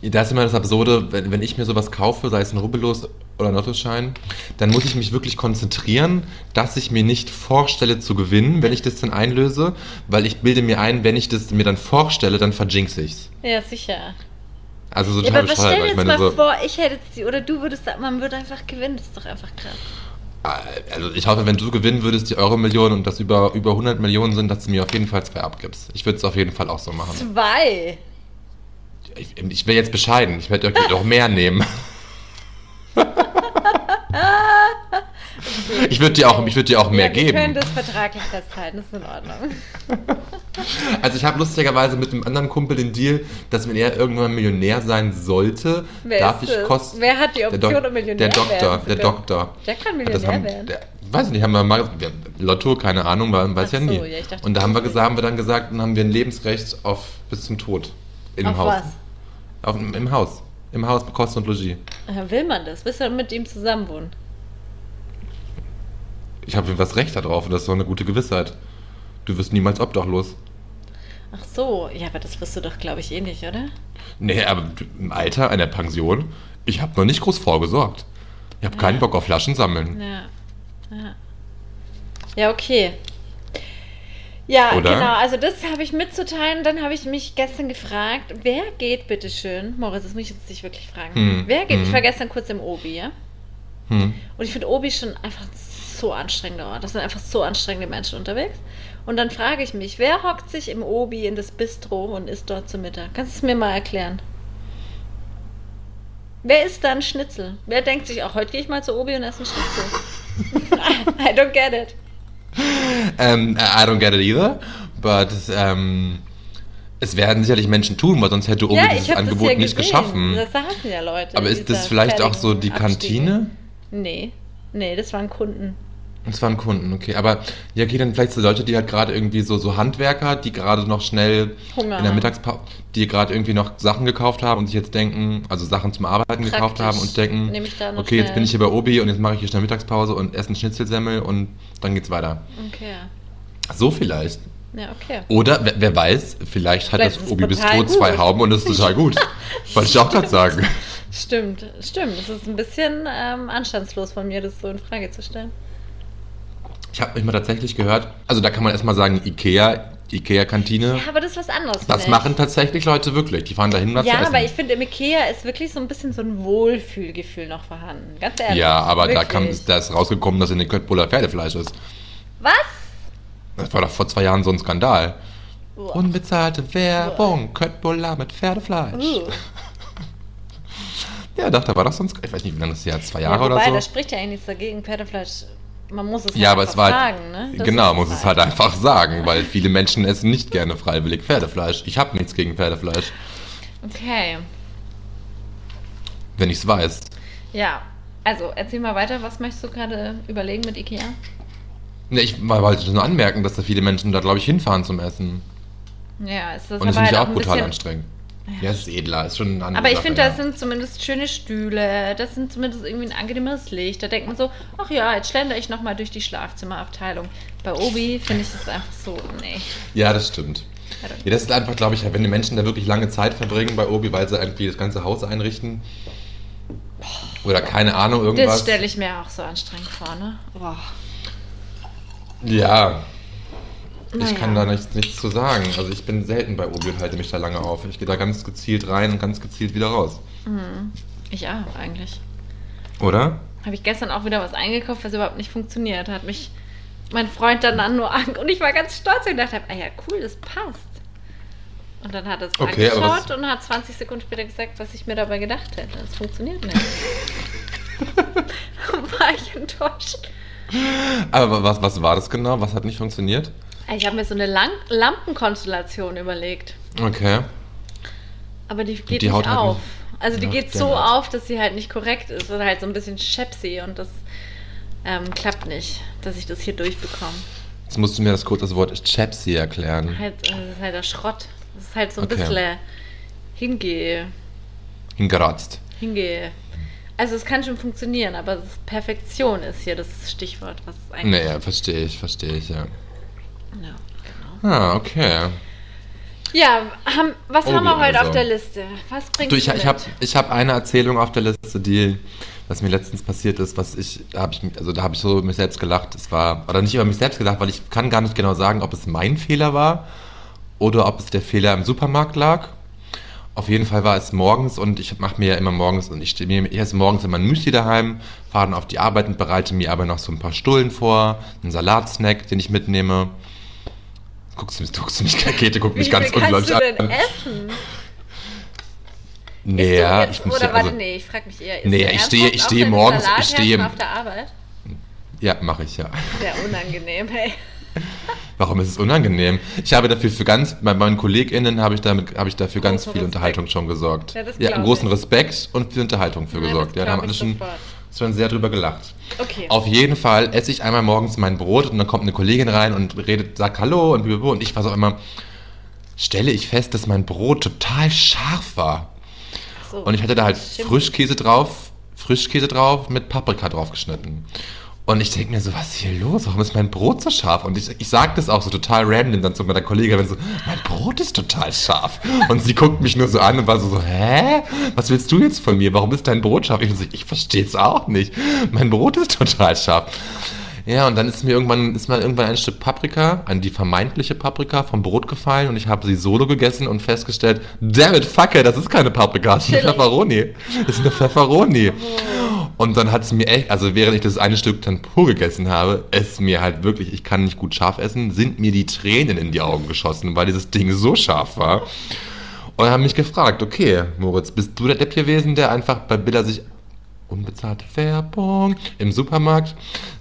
S3: Da ist immer das Absurde, wenn, wenn ich mir sowas kaufe, sei es ein Rubbellos oder ein Lottoschein, dann muss ich mich wirklich konzentrieren, dass ich mir nicht vorstelle zu gewinnen, wenn ich das dann einlöse, weil ich bilde mir ein, wenn ich das mir dann vorstelle, dann verjinx ich's.
S2: Ja, sicher.
S3: Also so
S2: Ja,
S3: total
S2: aber was
S3: bescheuert,
S2: stell
S3: weil
S2: dir
S3: ich
S2: jetzt
S3: meine
S2: mal
S3: so,
S2: vor, ich hätte jetzt die, oder du würdest sagen, man würde einfach gewinnen. Das ist doch einfach krass.
S3: also ich hoffe, wenn du gewinnen würdest, die Euro-Millionen und das über, über 100 Millionen sind, dass du mir auf jeden Fall zwei abgibst. Ich würde es auf jeden Fall auch so machen.
S2: Zwei.
S3: Ich, ich will jetzt bescheiden, ich werde doch mehr nehmen. Ich würde dir auch, ich würd dir auch mehr
S2: ja, Wir
S3: geben.
S2: können das vertraglich festhalten, das ist in Ordnung.
S3: Also ich habe lustigerweise mit einem anderen Kumpel den Deal, dass wenn er irgendwann Millionär sein sollte,
S2: Wer
S3: darf
S2: ist
S3: ich
S2: es?
S3: kosten.
S2: Wer hat die Option,
S3: der Dok-
S2: um Millionär
S3: Der Doktor,
S2: werden zu
S3: der
S2: können?
S3: Doktor.
S2: Der kann
S3: Das
S2: Millionär
S3: haben,
S2: werden.
S3: der, weiß ich nicht, haben wir mal, wir, Lotto, keine Ahnung, weil- weiß
S2: Ach
S3: ja
S2: so,
S3: nie.
S2: ja, ich dachte,
S3: und da haben wir
S2: das-
S3: gesagt, haben wir dann gesagt, dann haben wir ein Lebensrecht auf bis zum Tod im
S2: Auf
S3: Haus.
S2: was?
S3: Auf, im, Im Haus. Im Haus mit Kosten und Logis.
S2: Äh, Will man das? Willst du mit ihm zusammen wohnen?
S3: Ich habe jedenfalls Recht darauf und das ist so eine gute Gewissheit. Du wirst niemals obdachlos.
S2: Ach so, ja, aber das wirst du doch, glaube ich, eh nicht, oder?
S3: Nee, aber im Alter einer Pension, ich habe noch nicht groß vorgesorgt. Ich habe keinen Bock auf Flaschen sammeln.
S2: Ja. Ja, ja okay. Ja,
S3: Oder?
S2: genau, also das habe ich mitzuteilen. Dann habe ich mich gestern gefragt, wer geht bitte schön? Moritz, das muss ich jetzt dich wirklich fragen.
S3: Hm,
S2: Wer geht? Ich
S3: hm.
S2: war gestern kurz im Obi, ja?
S3: Hm.
S2: Und ich finde Obi schon einfach so anstrengend. Oh, das sind einfach so anstrengende Menschen unterwegs. Und dann frage ich mich, wer hockt sich im Obi in das Bistro und isst dort zu Mittag? Kannst du es mir mal erklären? Wer isst da ein Schnitzel? Wer denkt sich auch, heute gehe ich mal zu Obi und esse einen Schnitzel? I don't get it.
S3: Ähm, I don't get it either, but ähm, es werden sicherlich Menschen tun, weil sonst hätte Obi dieses
S2: hab
S3: Angebot
S2: hier
S3: nicht
S2: gesehen.
S3: geschaffen.
S2: Das sagten ja Leute.
S3: aber ist das
S2: diese
S3: vielleicht auch
S2: fertigen
S3: so die
S2: Abstiege.
S3: Kantine?
S2: Nee. Nee, das waren Kunden.
S3: Das waren Kunden, okay. Aber ja, okay, dann vielleicht so Leute, die halt gerade irgendwie so, so Handwerker, die gerade noch schnell
S2: Hunger
S3: in der
S2: haben.
S3: Mittagspause, die gerade irgendwie noch Sachen gekauft haben und sich jetzt denken, also Sachen zum Arbeiten gekauft
S2: Praktisch.
S3: haben und denken,
S2: Nehm ich da noch
S3: okay, jetzt
S2: schnell.
S3: bin ich hier bei Obi und jetzt mache ich hier schnell Mittagspause und esse einen Schnitzelsemmel und dann geht's weiter.
S2: Okay.
S3: So vielleicht.
S2: Ja, okay.
S3: Oder wer, wer weiß, vielleicht hat
S2: Vielleicht ist
S3: das
S2: es
S3: Obi
S2: total
S3: Bistro zwei
S2: gut.
S3: Hauben und das ist total gut. Wollte ich auch gerade sagen.
S2: Stimmt, stimmt. Es ist ein bisschen ähm, anstandslos von mir, das so in Frage zu stellen.
S3: Ich habe mich mal tatsächlich gehört, also da kann man erstmal sagen, Ikea, Ikea-Kantine.
S2: Ja, aber das ist was anderes.
S3: Das
S2: finde ich.
S3: machen tatsächlich Leute wirklich. Die fahren dahin, um das zu
S2: Ja,
S3: essen.
S2: aber ich finde, im Ikea ist wirklich so ein bisschen so ein Wohlfühlgefühl noch vorhanden. Ganz ehrlich.
S3: Ja, aber da,
S2: Wirklich.
S3: kam, da ist rausgekommen, dass in den Köttbuller Pferdefleisch ist.
S2: Was?
S3: Das war doch vor zwei Jahren so ein Skandal.
S2: Boah.
S3: Unbezahlte Werbung, Köttbuller mit Pferdefleisch.
S2: Uh.
S3: Ja, doch, da war doch sonst, ich weiß nicht, wie lange das her ist, zwei
S2: Ja,
S3: Jahre
S2: wobei,
S3: oder
S2: da
S3: so.
S2: spricht ja eigentlich nichts dagegen. Pferdefleisch, man muss es
S3: Ja,
S2: halt
S3: aber
S2: einfach
S3: es war halt,
S2: sagen, ne? Das
S3: genau,
S2: ist
S3: muss
S2: das
S3: es halt einfach sagen, weil viele Menschen essen nicht gerne freiwillig Pferdefleisch. Ich habe nichts gegen Pferdefleisch,
S2: Okay,
S3: wenn ich es weiß.
S2: ja. Also, erzähl mal weiter, was möchtest du gerade überlegen mit Ikea?
S3: Ne, ich wollte das nur anmerken, dass da viele Menschen da, glaube ich, hinfahren zum Essen.
S2: Ja, es ist
S3: Und das
S2: aber
S3: finde
S2: halt
S3: ich auch brutal
S2: ein bisschen,
S3: anstrengend. Ja, es ist edler, ist schon eine andere
S2: Aber ich
S3: Sache,
S2: finde,
S3: ja.
S2: da sind zumindest schöne Stühle, das sind zumindest irgendwie ein angenehmes Licht. Da denkt man so, ach ja, jetzt schlendere ich nochmal durch die Schlafzimmerabteilung. Bei Obi finde ich das einfach so, nee.
S3: Ja, das stimmt.
S2: I don't-
S3: Ja, das ist einfach, glaube ich, wenn die Menschen da wirklich lange Zeit verbringen bei Obi, weil sie irgendwie das ganze Haus einrichten. Oder keine Ahnung, irgendwas.
S2: Das stelle ich mir auch so anstrengend vor, ne? Boah.
S3: Ja,
S2: Naja.
S3: ich kann da nichts, nichts zu sagen. Also ich bin selten bei Obi und halte mich da lange auf. Ich gehe da ganz gezielt rein und ganz gezielt wieder raus.
S2: Ich auch, eigentlich.
S3: Oder?
S2: Habe ich gestern auch wieder was eingekauft, was überhaupt nicht funktioniert. Hat mich mein Freund dann an nur an und ich war ganz stolz und dachte, ah ja, cool, das passt. Und dann hat er es
S3: Okay, aber
S2: angeschaut
S3: was-
S2: und hat 20 Sekunden später gesagt, was ich mir dabei gedacht hätte. Es funktioniert nicht. war ich enttäuscht.
S3: Aber was, was war das genau? Was hat nicht funktioniert?
S2: Ich habe mir so eine Lang Lampenkonstellation überlegt.
S3: Okay.
S2: Aber die geht
S3: die
S2: nicht
S3: haut halt
S2: auf.
S3: nicht-
S2: Also die
S3: Ja,
S2: geht
S3: der
S2: so
S3: Arzt.
S2: auf, dass sie halt nicht korrekt ist oder halt so ein bisschen schepsi und das ähm, klappt nicht, dass ich das hier durchbekomme.
S3: Jetzt musst du mir das kurz das Wort Chapsy erklären.
S2: Halt, äh, das ist halt der Schrott. Das ist halt so ein
S3: Okay.
S2: bisschen hinge,
S3: Hingeratzt.
S2: hinge. Also es kann schon funktionieren, aber es ist Perfektion ist hier das Stichwort, was es eigentlich.
S3: Naja, verstehe ich, verstehe ich, ja.
S2: Ja, genau.
S3: Ah, okay.
S2: Ja, haben, was
S3: Obi
S2: haben wir heute
S3: also.
S2: auf der Liste? Was bringst
S3: Du, ich,
S2: du
S3: ich habe
S2: mit?
S3: ich hab eine Erzählung auf der Liste, die, was mir letztens passiert ist, was ich, da hab ich mich- also da habe ich so über mich selbst gelacht. Es war, oder nicht über mich selbst gelacht, weil ich kann gar nicht genau sagen, ob es mein Fehler war oder ob es der Fehler im Supermarkt lag. Auf jeden Fall war es morgens und ich mache mir ja immer morgens und ich stehe mir ich esse morgens immer ein Müsli daheim, fahre dann auf die Arbeit und bereite mir aber noch so ein paar Stullen vor, einen Salatsnack, den ich mitnehme. Guckst du, mich- guckst du mich, Kete guckt
S2: Wie
S3: mich ganz
S2: viel kannst
S3: ungläubig
S2: du denn
S3: an.
S2: essen? Isst du
S3: Naja,
S2: jetzt,
S3: ich muss
S2: oder
S3: ja,
S2: warte,
S3: also,
S2: nee, ich frag mich eher. isst
S3: Nee,
S2: du
S3: ich
S2: ernsthaft
S3: stehe- ich
S2: auch
S3: stehe
S2: deine
S3: morgens- ich
S2: Salathäppchen
S3: stehe-
S2: auf der Arbeit.
S3: ja, mache ich ja.
S2: Sehr unangenehm, hey.
S3: Warum ist es unangenehm? Ich habe dafür für ganz, bei meinen KollegInnen habe ich, damit, habe ich dafür ganz
S2: Großen
S3: viel
S2: Respekt.
S3: Unterhaltung schon gesorgt.
S2: Ja, das glaub
S3: großen
S2: ich.
S3: Respekt und viel Unterhaltung für
S2: Nein,
S3: gesorgt.
S2: das
S3: Ja, da haben
S2: glaub
S3: alle
S2: ich
S3: schon,
S2: sofort.
S3: schon sehr drüber gelacht.
S2: Okay.
S3: Auf jeden Fall esse ich einmal morgens mein Brot und dann kommt eine Kollegin rein und redet, sagt Hallo und blablabla. und ich war so immer, stelle ich fest, dass mein Brot total scharf war.
S2: so.
S3: Und ich hatte da halt
S2: Stimmt.
S3: Frischkäse drauf, Frischkäse drauf mit Paprika drauf geschnitten. Und ich denke mir so, was ist hier los? Warum ist mein Brot so scharf? Und ich, ich sage das auch so total random dann zu meiner Kollegin so, mein Brot ist total scharf. Und sie guckt mich nur so an und war so, so hä? Was willst du jetzt von mir? Warum ist dein Brot scharf? Ich so, ich verstehe es auch nicht. Mein Brot ist total scharf. Ja, und dann ist mir irgendwann, ist mir irgendwann ein Stück Paprika, an die vermeintliche Paprika vom Brot gefallen und ich habe sie solo gegessen und festgestellt, damn it, fucker, das ist keine Paprika, das ist eine
S2: Chili.
S3: Pfefferoni. Das ist eine Pfefferoni. Und dann hat es mir echt, also während ich das eine Stück dann pur gegessen habe, es mir halt wirklich, ich kann nicht gut scharf essen, sind mir die Tränen in die Augen geschossen, weil dieses Ding so scharf war. Und haben mich gefragt, okay, Moritz, bist du der Depp gewesen, der einfach bei Biller sich unbezahlte Werbung im Supermarkt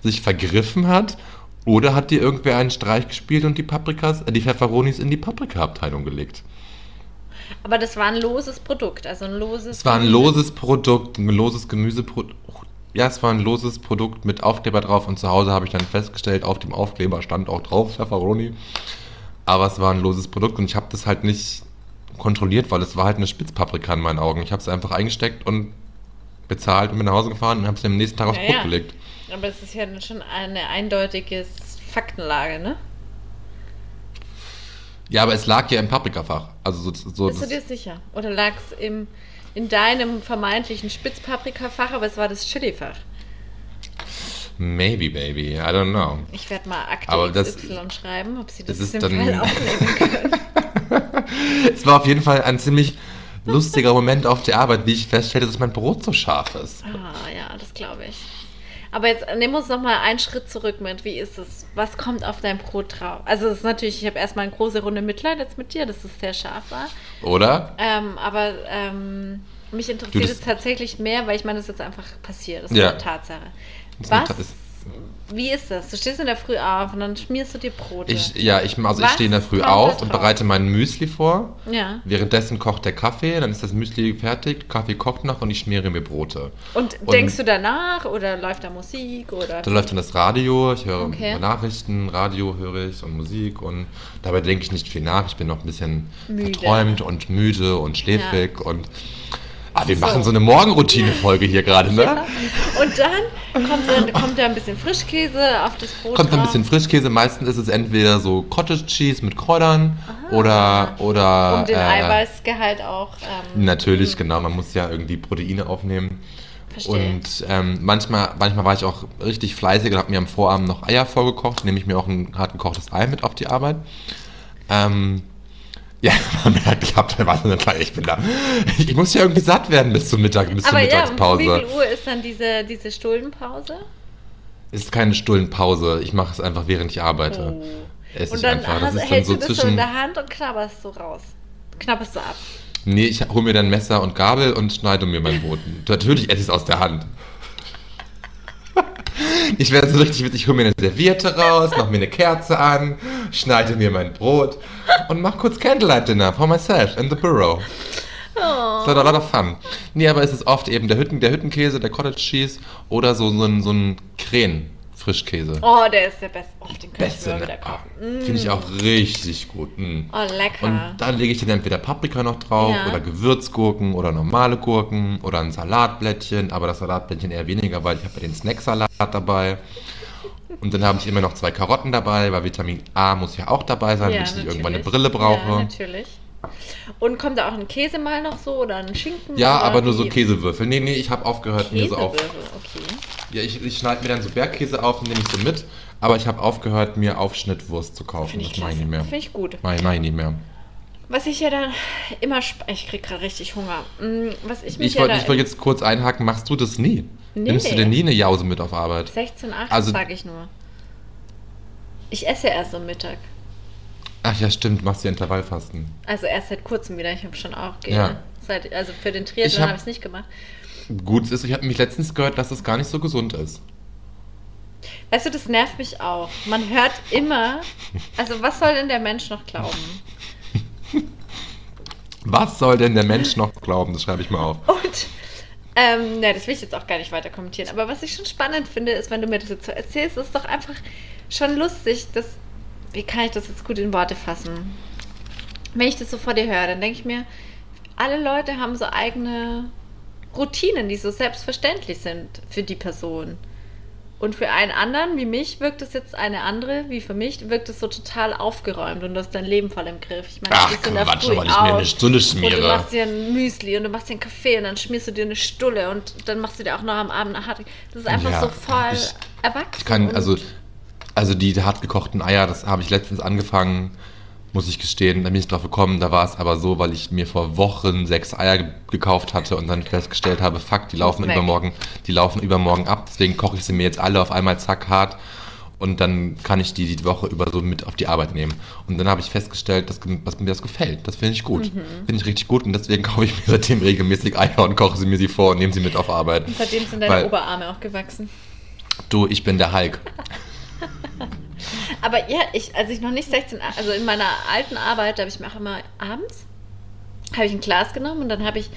S3: sich vergriffen hat? Oder hat dir irgendwer einen Streich gespielt und die Paprikas, äh, die Pfefferonis in die Paprika-Abteilung gelegt?
S2: Aber das war ein loses Produkt, also ein loses.
S3: Es war ein loses Produkt, ein loses Gemüseprodukt. Ja, es war ein loses Produkt mit Aufkleber drauf und zu Hause habe ich dann festgestellt, auf dem Aufkleber stand auch drauf Pfefferoni. Aber es war ein loses Produkt und ich habe das halt nicht kontrolliert, weil es war halt eine Spitzpaprika in meinen Augen. Ich habe es einfach eingesteckt und bezahlt und bin nach Hause gefahren und habe es am nächsten Tag aufs
S2: Ja,
S3: Brot
S2: ja.
S3: gelegt.
S2: Aber es ist ja nun schon eine eindeutige Faktenlage, ne?
S3: Ja, aber es lag ja im Paprikafach. Also so, so
S2: Bist du dir sicher? Oder lag es im, in deinem vermeintlichen Spitzpaprikafach, aber es war das Chilifach?
S3: maybe baby, I don't know.
S2: Ich werde mal Akte
S3: Aber das-
S2: XY schreiben, ob sie das,
S3: das ist
S2: im
S3: dann-
S2: Fall aufnehmen können.
S3: Es war auf jeden Fall ein ziemlich lustiger Moment auf der Arbeit, wie ich feststellte, dass mein Brot so scharf ist.
S2: ah, ja, das glaube ich. Aber jetzt nehmen wir uns nochmal einen Schritt zurück mit. Wie ist es? Was kommt auf dein Brot drauf? Also, es ist natürlich, ich habe erstmal eine große Runde Mitleid jetzt mit dir, dass es sehr scharf war.
S3: Oder?
S2: Ähm, aber ähm, mich
S3: Du,
S2: interessiert
S3: das-
S2: es tatsächlich mehr, weil ich meine, das ist jetzt einfach passiert. Das ist
S3: Ja.
S2: eine Tatsache.
S3: Das ist eine
S2: Was
S3: Ta- ist-
S2: wie ist das? Du stehst in der Früh auf und dann schmierst du dir Brote.
S3: Ich, ja, ich, also ich
S2: Was
S3: stehe in der Früh
S2: kommt da
S3: auf und
S2: drauf?
S3: bereite mein Müsli vor.
S2: ja.
S3: Währenddessen kocht der Kaffee, dann ist das Müsli fertig, Kaffee kocht noch und ich schmiere mir Brote.
S2: Und,
S3: Und-
S2: denkst du danach oder läuft da Musik oder?
S3: Da läuft dann das Radio, ich höre
S2: Okay.
S3: Nachrichten, Radio höre ich und Musik und dabei denke ich nicht viel nach. Ich bin noch ein bisschen
S2: Müde.
S3: verträumt und müde und schläfrig und ah, wir
S2: So.
S3: machen so eine Morgenroutine-Folge hier gerade, ne?
S2: Und dann kommt, dann kommt da ein bisschen Frischkäse auf das Brot.
S3: Kommt ein
S2: drauf.
S3: bisschen Frischkäse, meistens ist es entweder so Cottage Cheese mit Kräutern oder oder
S2: Ah. Um den
S3: äh,
S2: Eiweißgehalt auch. Ähm,
S3: Natürlich, genau. Man muss ja irgendwie Proteine aufnehmen.
S2: Verstehe.
S3: Und ähm, manchmal, manchmal war ich auch richtig fleißig und habe mir am Vorabend noch Eier vorgekocht. Nehme ich mir auch ein hart gekochtes Ei mit auf die Arbeit. Ähm, ja, man merkt, ich habe teilweise eine kleine, ich bin da. Ich muss ja irgendwie satt werden bis zum Mittag, bis zur
S2: Aber ja, um
S3: Mittagspause.
S2: wie viel Uhr ist dann diese, diese Stuldenpause?
S3: ist keine Stullenpause. Ich mache es einfach, während ich arbeite.
S2: Oh.
S3: Es
S2: Und
S3: ist
S2: dann
S3: einfach, das
S2: hast,
S3: ist dann
S2: hältst
S3: so
S2: du das so in
S3: zwischen.
S2: der Hand und knabberst so raus. Knabberst du ab.
S3: Nee, ich hole mir dann Messer und Gabel und schneide mir mein Brot. Natürlich esse ich es aus der Hand. Ich werde so richtig witzig, ich hole mir eine Serviette raus, mache mir eine Kerze an, schneide mir mein Brot und mache kurz Candlelight Dinner for myself in the burrow. It's not a lot of fun. Nee, aber es ist oft eben der, Hütten, der Hüttenkäse, der Cottage Cheese oder so, so ein, so ein Krähen-Frischkäse.
S2: Oh, der ist der beste. Oh, den kannst du
S3: Beste,
S2: immer
S3: ne?
S2: wieder
S3: Ah,
S2: kaufen.
S3: Finde ich auch richtig gut. Mm.
S2: Oh, lecker.
S3: Und dann lege ich dann entweder Paprika noch drauf
S2: Ja.
S3: oder Gewürzgurken oder normale Gurken oder ein Salatblättchen, aber das Salatblättchen eher weniger, weil ich habe ja den Snacksalat dabei. Und dann habe ich immer noch zwei Karotten dabei, weil Vitamin A muss ja auch dabei sein, wenn ich nicht irgendwann eine Brille
S2: natürlich. Ja,
S3: brauche.
S2: natürlich. Und kommt da auch ein Käse mal noch so oder ein Schinken?
S3: Ja,
S2: oder
S3: aber nur so
S2: wie?
S3: Käsewürfel. Nee, nee, ich habe aufgehört, mir so auf.
S2: Käsewürfel, okay.
S3: Ja, ich, ich schneide mir dann so Bergkäse auf und nehme ich so mit, aber ich habe aufgehört, mir Aufschnittwurst zu kaufen.
S2: Finde ich
S3: Das mache
S2: klasse.
S3: ich nicht mehr.
S2: Finde ich gut.
S3: Nein, nein, nicht mehr.
S2: Was ich ja dann immer. sp- Ich krieg gerade richtig Hunger. Mm, Was ich mich
S3: Ich
S2: ja
S3: wollte
S2: da
S3: ich wollte jetzt kurz einhaken, machst du das nie?
S2: Nee.
S3: Nimmst du dir nie eine Jause mit auf Arbeit?
S2: 16, 8
S3: Also-
S2: sage ich nur. Ich esse erst am Mittag.
S3: Ach ja, stimmt, machst du Intervallfasten.
S2: Also erst seit kurzem wieder. Ich habe schon aufgegeben.
S3: Ja.
S2: Seit, also für den
S3: Ich
S2: Triathlon
S3: hab-
S2: habe hab ich es nicht gemacht.
S3: Gut es ist, ich habe mich letztens gehört, dass es gar nicht so gesund ist.
S2: Weißt du, das nervt mich auch. Man hört immer. Also was soll denn der Mensch noch glauben?
S3: Was soll denn der Mensch noch glauben? Das schreibe ich mal auf.
S2: Und. Ähm, na, das will ich jetzt auch gar nicht weiter kommentieren. Aber was ich schon spannend finde, ist, wenn du mir das jetzt so erzählst, ist doch einfach schon lustig, dass. Wie kann ich das jetzt gut in Worte fassen? Wenn ich das so vor dir höre, dann denke ich mir, alle Leute haben so eigene Routinen, die so selbstverständlich sind für die Person. Und für einen anderen, wie mich, wirkt es jetzt eine andere, wie für mich, wirkt es so total aufgeräumt und du hast dein Leben voll im Griff. Ich meine,
S3: Ach,
S2: du stehst in der
S3: Quatsch,
S2: Früh
S3: weil ich mir eine
S2: auf
S3: Stulle
S2: Und du
S3: schmiere.
S2: machst dir ein Müsli und du machst dir einen Kaffee und dann schmierst du dir eine Stulle und dann machst du dir auch noch am Abend eine harte. Das ist einfach
S3: Ja,
S2: so voll
S3: ich-
S2: erwachsen.
S3: Ich kann,
S2: und-
S3: also, also die hart gekochten Eier, das habe ich letztens angefangen, muss ich gestehen. Da bin ich drauf gekommen, da war es aber so, weil ich mir vor Wochen sechs Eier ge- gekauft hatte und dann festgestellt habe, fuck, die laufen
S2: Weg.
S3: übermorgen, die laufen übermorgen ab, deswegen koche ich sie mir jetzt alle auf einmal zack hart. Und dann kann ich die die Woche über so mit auf die Arbeit nehmen. Und dann habe ich festgestellt, dass, ge- dass mir das gefällt. Das finde ich gut.
S2: Mhm.
S3: Finde ich richtig gut. Und deswegen kaufe ich mir seitdem regelmäßig Eier und koche sie mir sie vor und nehme sie mit auf Arbeit.
S2: Seitdem sind deine
S3: Weil-
S2: Oberarme auch gewachsen.
S3: Du, ich bin der Hulk.
S2: Aber ja, ich, als ich noch nicht 16, also in meiner alten Arbeit, da habe ich mir auch immer abends, habe ich ein Glas genommen und dann habe ich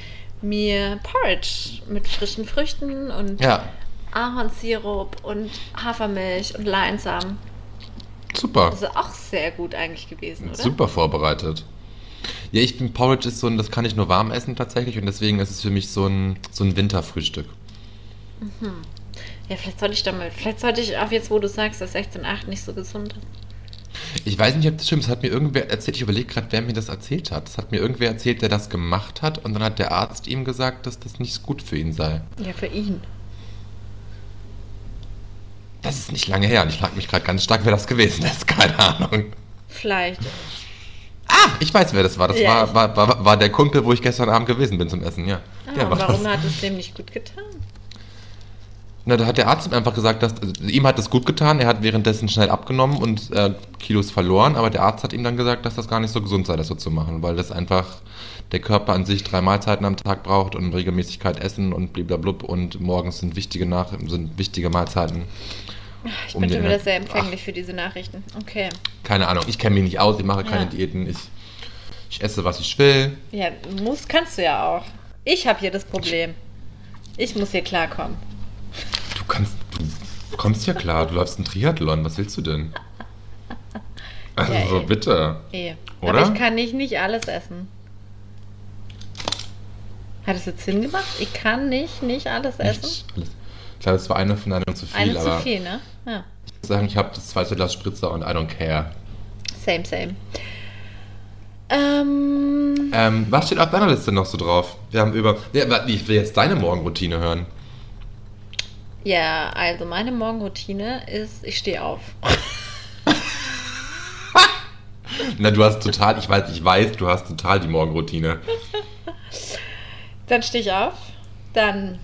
S2: mir Porridge mit frischen Früchten und
S3: Ja,
S2: Ahornsirup und Hafermilch und Leinsamen.
S3: super.
S2: Das ist auch sehr gut eigentlich gewesen, oder?
S3: Super vorbereitet. Ja, ich bin Porridge ist so ein, das kann ich nur warm essen tatsächlich und deswegen ist es für mich so ein, so ein Winterfrühstück.
S2: Ja, vielleicht sollte ich damit, vielleicht sollte ich auch jetzt, wo du sagst, dass 16,8 nicht so gesund ist.
S3: Ich weiß nicht, ob das stimmt, das hat mir irgendwer erzählt, ich überlege gerade, wer mir das erzählt hat. Das hat mir irgendwer erzählt, der das gemacht hat und dann hat der Arzt ihm gesagt, dass das nicht gut für ihn sei.
S2: Ja, für ihn.
S3: Das ist nicht lange her und ich frage mich gerade ganz stark, wer das gewesen ist. Keine Ahnung.
S2: Vielleicht.
S3: Ah, ich weiß, wer das war. Das
S2: Ja,
S3: war, war, war, war der Kumpel, wo ich gestern Abend gewesen bin zum Essen, ja.
S2: Ah,
S3: Der war
S2: und
S3: das.
S2: warum hat es dem nicht gut getan?
S3: Na, da hat der Arzt ihm einfach gesagt, dass also, ihm hat das gut getan. Er hat währenddessen schnell abgenommen und äh, Kilos verloren, aber der Arzt hat ihm dann gesagt, dass das gar nicht so gesund sei, das so zu machen, weil das einfach der Körper an sich drei Mahlzeiten am Tag braucht und Regelmäßigkeit essen und bliblablub und morgens sind wichtige nach sind wichtige Mahlzeiten
S2: Ich
S3: um
S2: bin
S3: die
S2: schon wieder
S3: Energie-
S2: sehr empfänglich für diese Nachrichten. Okay.
S3: Keine Ahnung, ich kenne mich nicht aus, ich mache keine
S2: Ja.
S3: Diäten, ich, ich esse, was ich will.
S2: Ja, muss kannst du ja auch. Ich habe hier das Problem. Ich muss hier klarkommen.
S3: Du kannst, du kommst ja klar, du läufst einen Triathlon, was willst du denn? Also
S2: Ja, ey.
S3: bitte.
S2: Eh.
S3: Oder?
S2: Aber ich kann nicht, nicht alles essen. Hat es jetzt Sinn gemacht? Ich kann nicht, nicht alles essen.
S3: Nicht alles. Ich glaube, es war eine von einem zu viel,
S2: Eines
S3: aber
S2: zu viel, ne? Ja.
S3: ich muss sagen, ich habe das zweite Glas Spritzer und I don't care.
S2: Same, same. Ähm,
S3: Ähm, was steht auf deiner Liste noch so drauf? Wir haben über. Ja, aber ich will jetzt deine Morgenroutine hören.
S2: ja, also meine Morgenroutine ist, ich stehe auf.
S3: Na, du hast total, ich weiß, ich weiß, du hast total die Morgenroutine.
S2: Dann stehe ich auf, dann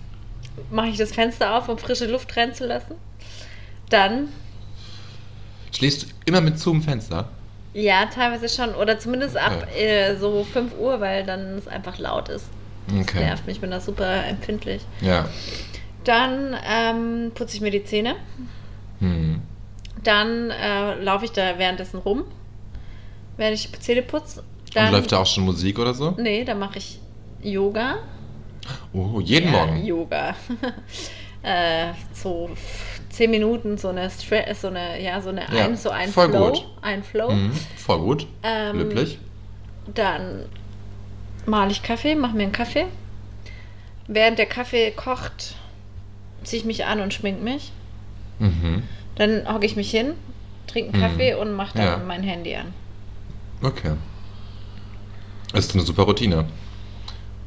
S2: mache ich das Fenster auf, um frische Luft reinzulassen. Dann,
S3: Schläfst du immer mit zu im Fenster?
S2: ja, teilweise schon, oder zumindest ab
S3: Okay.
S2: äh, so 5 Uhr, weil dann es einfach laut ist. Das
S3: Okay.
S2: nervt mich, ich bin da super empfindlich.
S3: Ja.
S2: Dann ähm, putze ich mir die Zähne,
S3: Hm.
S2: dann äh, laufe ich da währenddessen rum, während ich die Zähne putze.
S3: Und
S2: Dann,
S3: läuft da auch schon Musik oder so?
S2: Nee, dann mache ich Yoga.
S3: Oh, jeden
S2: Ja,
S3: Morgen.
S2: Yoga. äh, so zehn Minuten, so eine, Stre so eine, ja, so eine,
S3: Ja,
S2: ein, so ein
S3: voll
S2: Flow.
S3: gut.
S2: Ein Flow.
S3: Mhm, voll gut.
S2: Ähm,
S3: Löblich.
S2: Dann male ich Kaffee, mache mir einen Kaffee. Während der Kaffee kocht, ziehe ich mich an und schmink mich.
S3: Mhm.
S2: Dann hocke ich mich hin, trinke einen
S3: Mhm.
S2: Kaffee und mache dann
S3: Ja.
S2: mein Handy an.
S3: Okay. Das ist eine super Routine,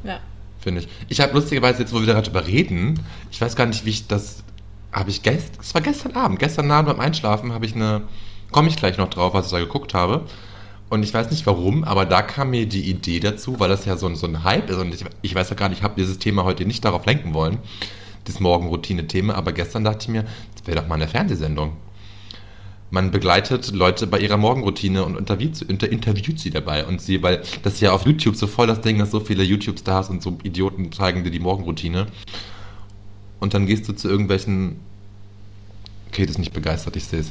S2: Ja.
S3: finde ich. Ich habe lustigerweise jetzt, wo wir gerade drüber reden, ich weiß gar nicht, wie ich das. Habe ich gestern. Es war gestern Abend. Gestern Abend beim Einschlafen habe ich eine. Komme ich gleich noch drauf, was ich da geguckt habe. Und ich weiß nicht warum, aber da kam mir die Idee dazu, weil das ja so ein, so ein Hype ist. Und ich, ich weiß ja gar nicht, ich habe dieses Thema heute nicht darauf lenken wollen, das Morgenroutine-Thema. Aber gestern dachte ich mir, das wäre doch mal eine Fernsehsendung. Man begleitet Leute bei ihrer Morgenroutine und interviewt, inter, interviewt sie dabei und sie, weil das ist ja auf YouTube so voll das Ding, dass so viele YouTube-Stars und so Idioten zeigen dir die Morgenroutine. Und dann gehst du zu irgendwelchen. Kate ist nicht begeistert, ich sehe es.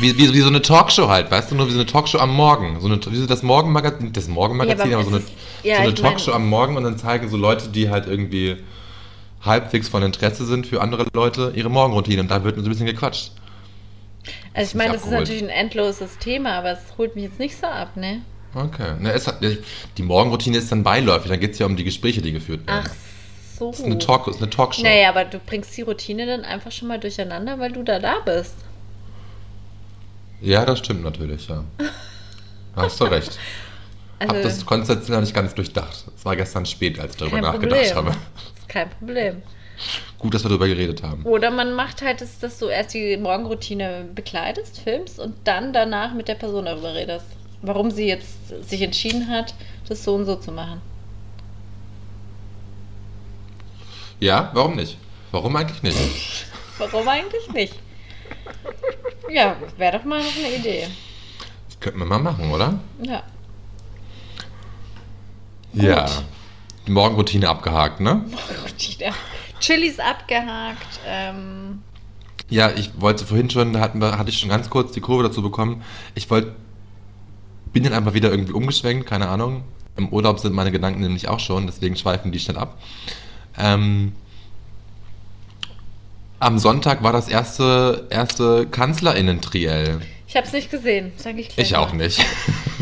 S3: Wie, wie, wie so eine Talkshow halt, weißt du, nur wie so eine Talkshow am Morgen. So eine, wie so das Morgenmagazin, das Morgenmagazin,
S2: Ja, aber
S3: aber, so eine,
S2: es ist- ja,
S3: so eine
S2: ich mein-
S3: Talkshow am Morgen und dann zeigen so Leute, die halt irgendwie halbwegs von Interesse sind für andere Leute, ihre Morgenroutine. Und da wird so ein bisschen gequatscht.
S2: Also ich
S3: mich
S2: meine, das ist
S3: abgeholt.
S2: natürlich ein endloses Thema, aber es holt mich jetzt nicht so ab, ne?
S3: Okay. Na, es hat, die Morgenroutine ist dann beiläufig, dann geht es ja um die Gespräche, die geführt werden.
S2: Ach so.
S3: ist eine, Talk, ist eine Talkshow.
S2: Naja, aber du bringst die Routine dann einfach schon mal durcheinander, weil du da da bist.
S3: Ja, das stimmt natürlich, ja. Da hast du recht.
S2: Also,
S3: Hab das konzeptionell nicht ganz durchdacht. Es war gestern spät, als ich darüber
S2: kein
S3: nachgedacht
S2: Problem.
S3: habe.
S2: Ist kein Problem.
S3: Gut, dass wir darüber geredet haben.
S2: Oder man macht halt, das, dass du erst die Morgenroutine bekleidest, filmst und dann danach mit der Person darüber redest. Warum sie jetzt sich entschieden hat, das so und so zu machen.
S3: Ja, warum nicht? Warum eigentlich nicht?
S2: Warum eigentlich nicht? Ja, wäre doch mal noch eine Idee.
S3: Das könnten wir mal machen, oder?
S2: Ja.
S3: Ja. Die Morgenroutine abgehakt, ne?
S2: Morgenroutine. Chili ist abgehakt. Ähm,
S3: Ja, ich wollte vorhin schon, da hatten wir, hatte ich schon ganz kurz die Kurve dazu bekommen. Ich wollte, bin dann einfach wieder irgendwie umgeschwenkt, keine Ahnung. Im Urlaub sind meine Gedanken nämlich auch schon, deswegen schweifen die schnell ab. Ähm, am Sonntag war das erste, erste Kanzlerinnen-Triell.
S2: ich habe es nicht gesehen, sage ich gleich.
S3: Ich auch
S2: mal.
S3: nicht.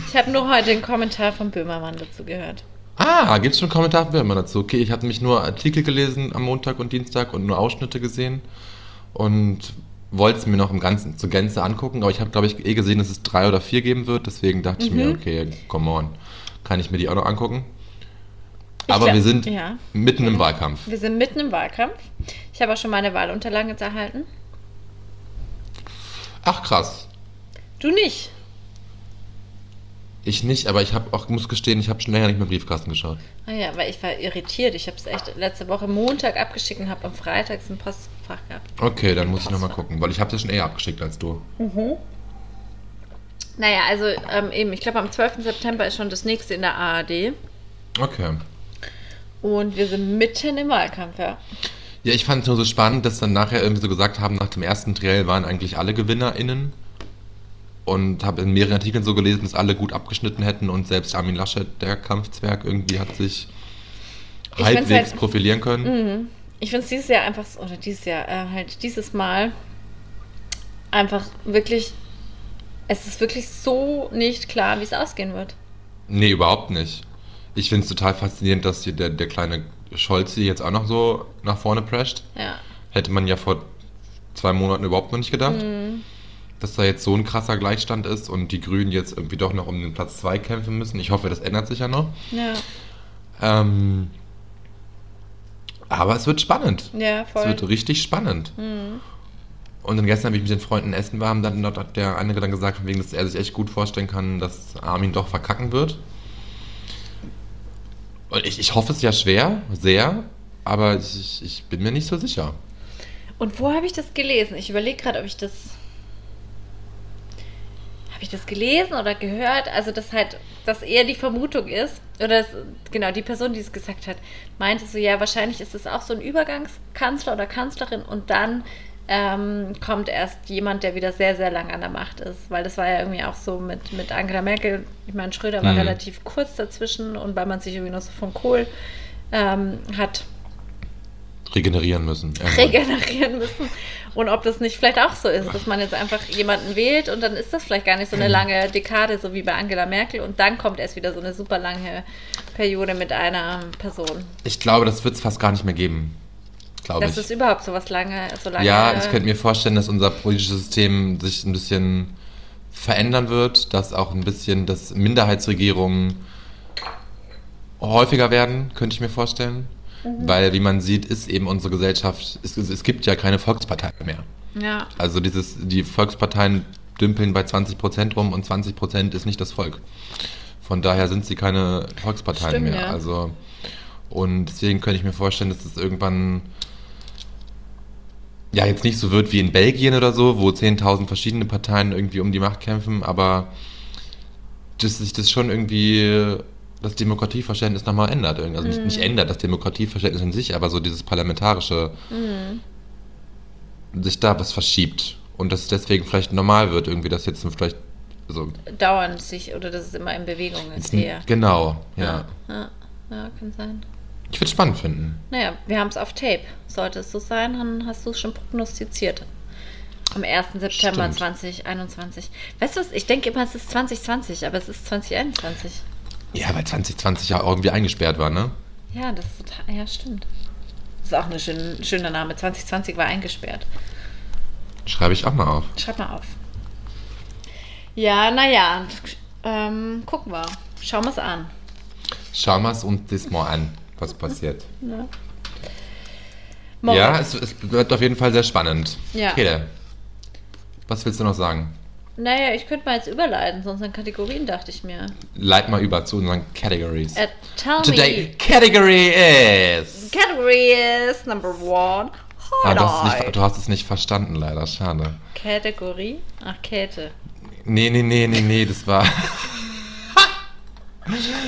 S2: Ich habe nur heute den Kommentar von Böhmermann dazu gehört.
S3: Ah, gibt's schon einen Kommentar immer dazu? Okay, ich habe nämlich nur Artikel gelesen am Montag und Dienstag und nur Ausschnitte gesehen und wollte es mir noch im Ganzen zur Gänze angucken, aber ich habe, glaube ich, eh gesehen, dass es drei oder vier geben wird, deswegen dachte ich
S2: Mhm.
S3: mir, okay, come on, kann ich mir die auch noch angucken?
S2: Ich
S3: Aber
S2: glaub-
S3: wir sind
S2: ja.
S3: mitten im Wahlkampf.
S2: Wir sind mitten im Wahlkampf. Ich habe auch schon meine Wahlunterlagen jetzt erhalten.
S3: Ach krass,
S2: Du nicht.
S3: ich nicht, aber ich habe auch, muss gestehen, ich habe schon länger nicht mehr im Briefkasten geschaut.
S2: Ah ja, weil ich war irritiert. Ich habe es echt letzte Woche Montag abgeschickt und habe am Freitag es im Postfach gehabt.
S3: Okay, dann muss ich nochmal
S2: Passbar.
S3: gucken, weil ich habe das schon eher abgeschickt als du.
S2: Naja, also ähm, eben, ich glaube am 12. September ist schon das nächste in der ARD.
S3: Okay.
S2: Und wir sind mitten im Wahlkampf, ja.
S3: Ja, ich fand es nur so spannend, dass dann nachher irgendwie so gesagt haben, nach dem ersten Trail waren eigentlich alle GewinnerInnen. Und habe in mehreren Artikeln so gelesen, dass alle gut abgeschnitten hätten und selbst Armin Laschet, der Kampfzwerg, irgendwie hat sich
S2: Ich find's
S3: halbwegs
S2: halt-
S3: profilieren können.
S2: Mhm. Ich finde es dieses Jahr einfach, so- oder dieses Jahr, äh, halt dieses Mal einfach wirklich, es ist wirklich so nicht klar, wie es ausgehen wird.
S3: Nee, überhaupt nicht. Ich finde es total faszinierend, dass hier der, der kleine Scholz hier jetzt auch noch so nach vorne prescht.
S2: Ja.
S3: Hätte man ja vor zwei Monaten überhaupt noch nicht gedacht,
S2: Mm.
S3: dass da jetzt so ein krasser Gleichstand ist und die Grünen jetzt irgendwie doch noch um den Platz 2 kämpfen müssen. Ich hoffe, das ändert sich ja noch.
S2: Ja,
S3: Ähm, aber es wird spannend.
S2: ja,
S3: Es
S2: voll. Mhm.
S3: wird richtig spannend. Und dann gestern, wie ich mit den Freunden essen war, dann dort hat der eine dann gesagt, von wegen, dass er sich echt gut vorstellen kann, dass Armin doch verkacken wird. Und ich, ich hoffe es ja schwer, sehr, aber ich, ich bin mir nicht so sicher.
S2: Und wo habe ich das gelesen? Ich überlege gerade, ob ich das. Habe ich das gelesen oder gehört? Also, dass halt, dass eher die Vermutung ist, oder dass, genau, die Person, die es gesagt hat, meinte so, ja, wahrscheinlich ist es auch so ein Übergangskanzler oder Kanzlerin und dann ähm, kommt erst jemand, der wieder sehr, sehr lange an der Macht ist. Weil das war ja irgendwie auch so mit, mit Angela Merkel. Ich meine, Schröder war
S3: Mhm.
S2: relativ kurz dazwischen und weil man sich irgendwie noch so von Kohl ähm, hat
S3: Regenerieren müssen. Irgendwann.
S2: regenerieren müssen. Und ob das nicht vielleicht auch so ist, dass man jetzt einfach jemanden wählt und dann ist das vielleicht gar nicht so eine
S3: Mhm.
S2: lange Dekade, so wie bei Angela Merkel. Und dann kommt erst wieder so eine super lange Periode mit einer Person.
S3: Ich glaube, das wird es fast gar nicht mehr geben. Glaube
S2: Dass
S3: ich.
S2: es überhaupt so was lange, so lange.
S3: Ja, ich könnte mir vorstellen, dass unser politisches System sich ein bisschen verändern wird, dass auch ein bisschen, dass Minderheitsregierungen häufiger werden, könnte ich mir vorstellen. Weil, wie man sieht, ist eben unsere Gesellschaft, es, es es gibt ja keine Volkspartei mehr.
S2: Ja,
S3: Also dieses, die Volksparteien dümpeln bei 20 Prozent rum und 20 Prozent ist nicht das Volk. Von daher sind sie keine Volksparteien
S2: Stimmt,
S3: mehr.
S2: ja.
S3: Also und deswegen könnte ich mir vorstellen, dass das irgendwann ja jetzt nicht so wird wie in Belgien oder so, wo 10.000 verschiedene Parteien irgendwie um die Macht kämpfen, aber dass sich das schon irgendwie das Demokratieverständnis nochmal ändert. Irgend- Also nicht, nicht
S2: Mhm.
S3: ändert das Demokratieverständnis an sich, aber so dieses parlamentarische sich da was verschiebt und dass es deswegen vielleicht normal wird, irgendwie, dass jetzt vielleicht so.
S2: dauernd sich, oder dass es immer in Bewegung ist.
S3: Jetzt,
S2: eher.
S3: Genau, ja.
S2: ja. Ja, kann sein.
S3: Ich würde es spannend finden.
S2: Naja, wir haben es auf Tape. Sollte es so sein, dann hast du es schon prognostiziert. Am 1. September
S3: Stimmt.
S2: 2021. Weißt du was? Ich denke immer, es ist 2020, aber es ist 2021.
S3: Ja, weil 2020 ja irgendwie eingesperrt war, ne?
S2: Ja, das ist total. Ja, stimmt. Das ist auch ein schön, schöner Name. 2020 war eingesperrt.
S3: Schreibe ich auch mal auf.
S2: Schreib mal auf. Ja, naja. Ähm, gucken wir. Schauen wir es an.
S3: Schauen wir es uns das mal an, was passiert.
S2: Moritz.
S3: Ja, es, es wird auf jeden Fall sehr spannend.
S2: Ja.
S3: Rede. Was willst du noch sagen?
S2: Naja, ich könnte mal jetzt überleiten, sonst an Kategorien dachte ich mir.
S3: Leit mal über zu unseren Categories.
S2: Äh, tell
S3: Today
S2: me.
S3: Category is.
S2: Category is number one.
S3: Ah,
S2: Hard
S3: du, hast es
S2: Eye.
S3: nicht, du hast es nicht verstanden, leider. Schade.
S2: Kategorie? Ach, Käthe.
S3: Nee, nee, nee, nee, nee, das war.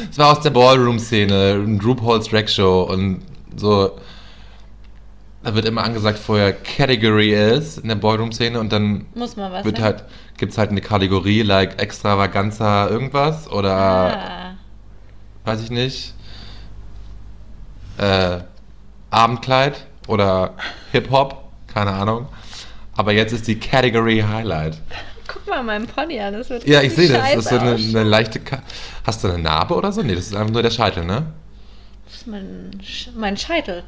S3: das war aus der Ballroom-Szene, RuPaul's Drag Show und so. Da wird immer angesagt vorher Category is in der Ballroom-Szene und dann
S2: Muss man was
S3: wird
S2: sagen?
S3: halt, gibt's halt eine Kategorie, like Extravaganza irgendwas oder
S2: Ah,
S3: weiß ich nicht, äh, Abendkleid oder Hip-Hop, keine Ahnung. Aber jetzt ist die Category Highlight.
S2: guck mal meinen Pony an, das wird
S3: Ja, ich sehe
S2: richtig
S3: das. Das ist
S2: scheiße
S3: so eine,
S2: aus.
S3: eine leichte. Ka Hast du eine Narbe oder so? Nee, das ist einfach nur der Scheitel, ne?
S2: Das ist mein, Sch- mein Scheitel.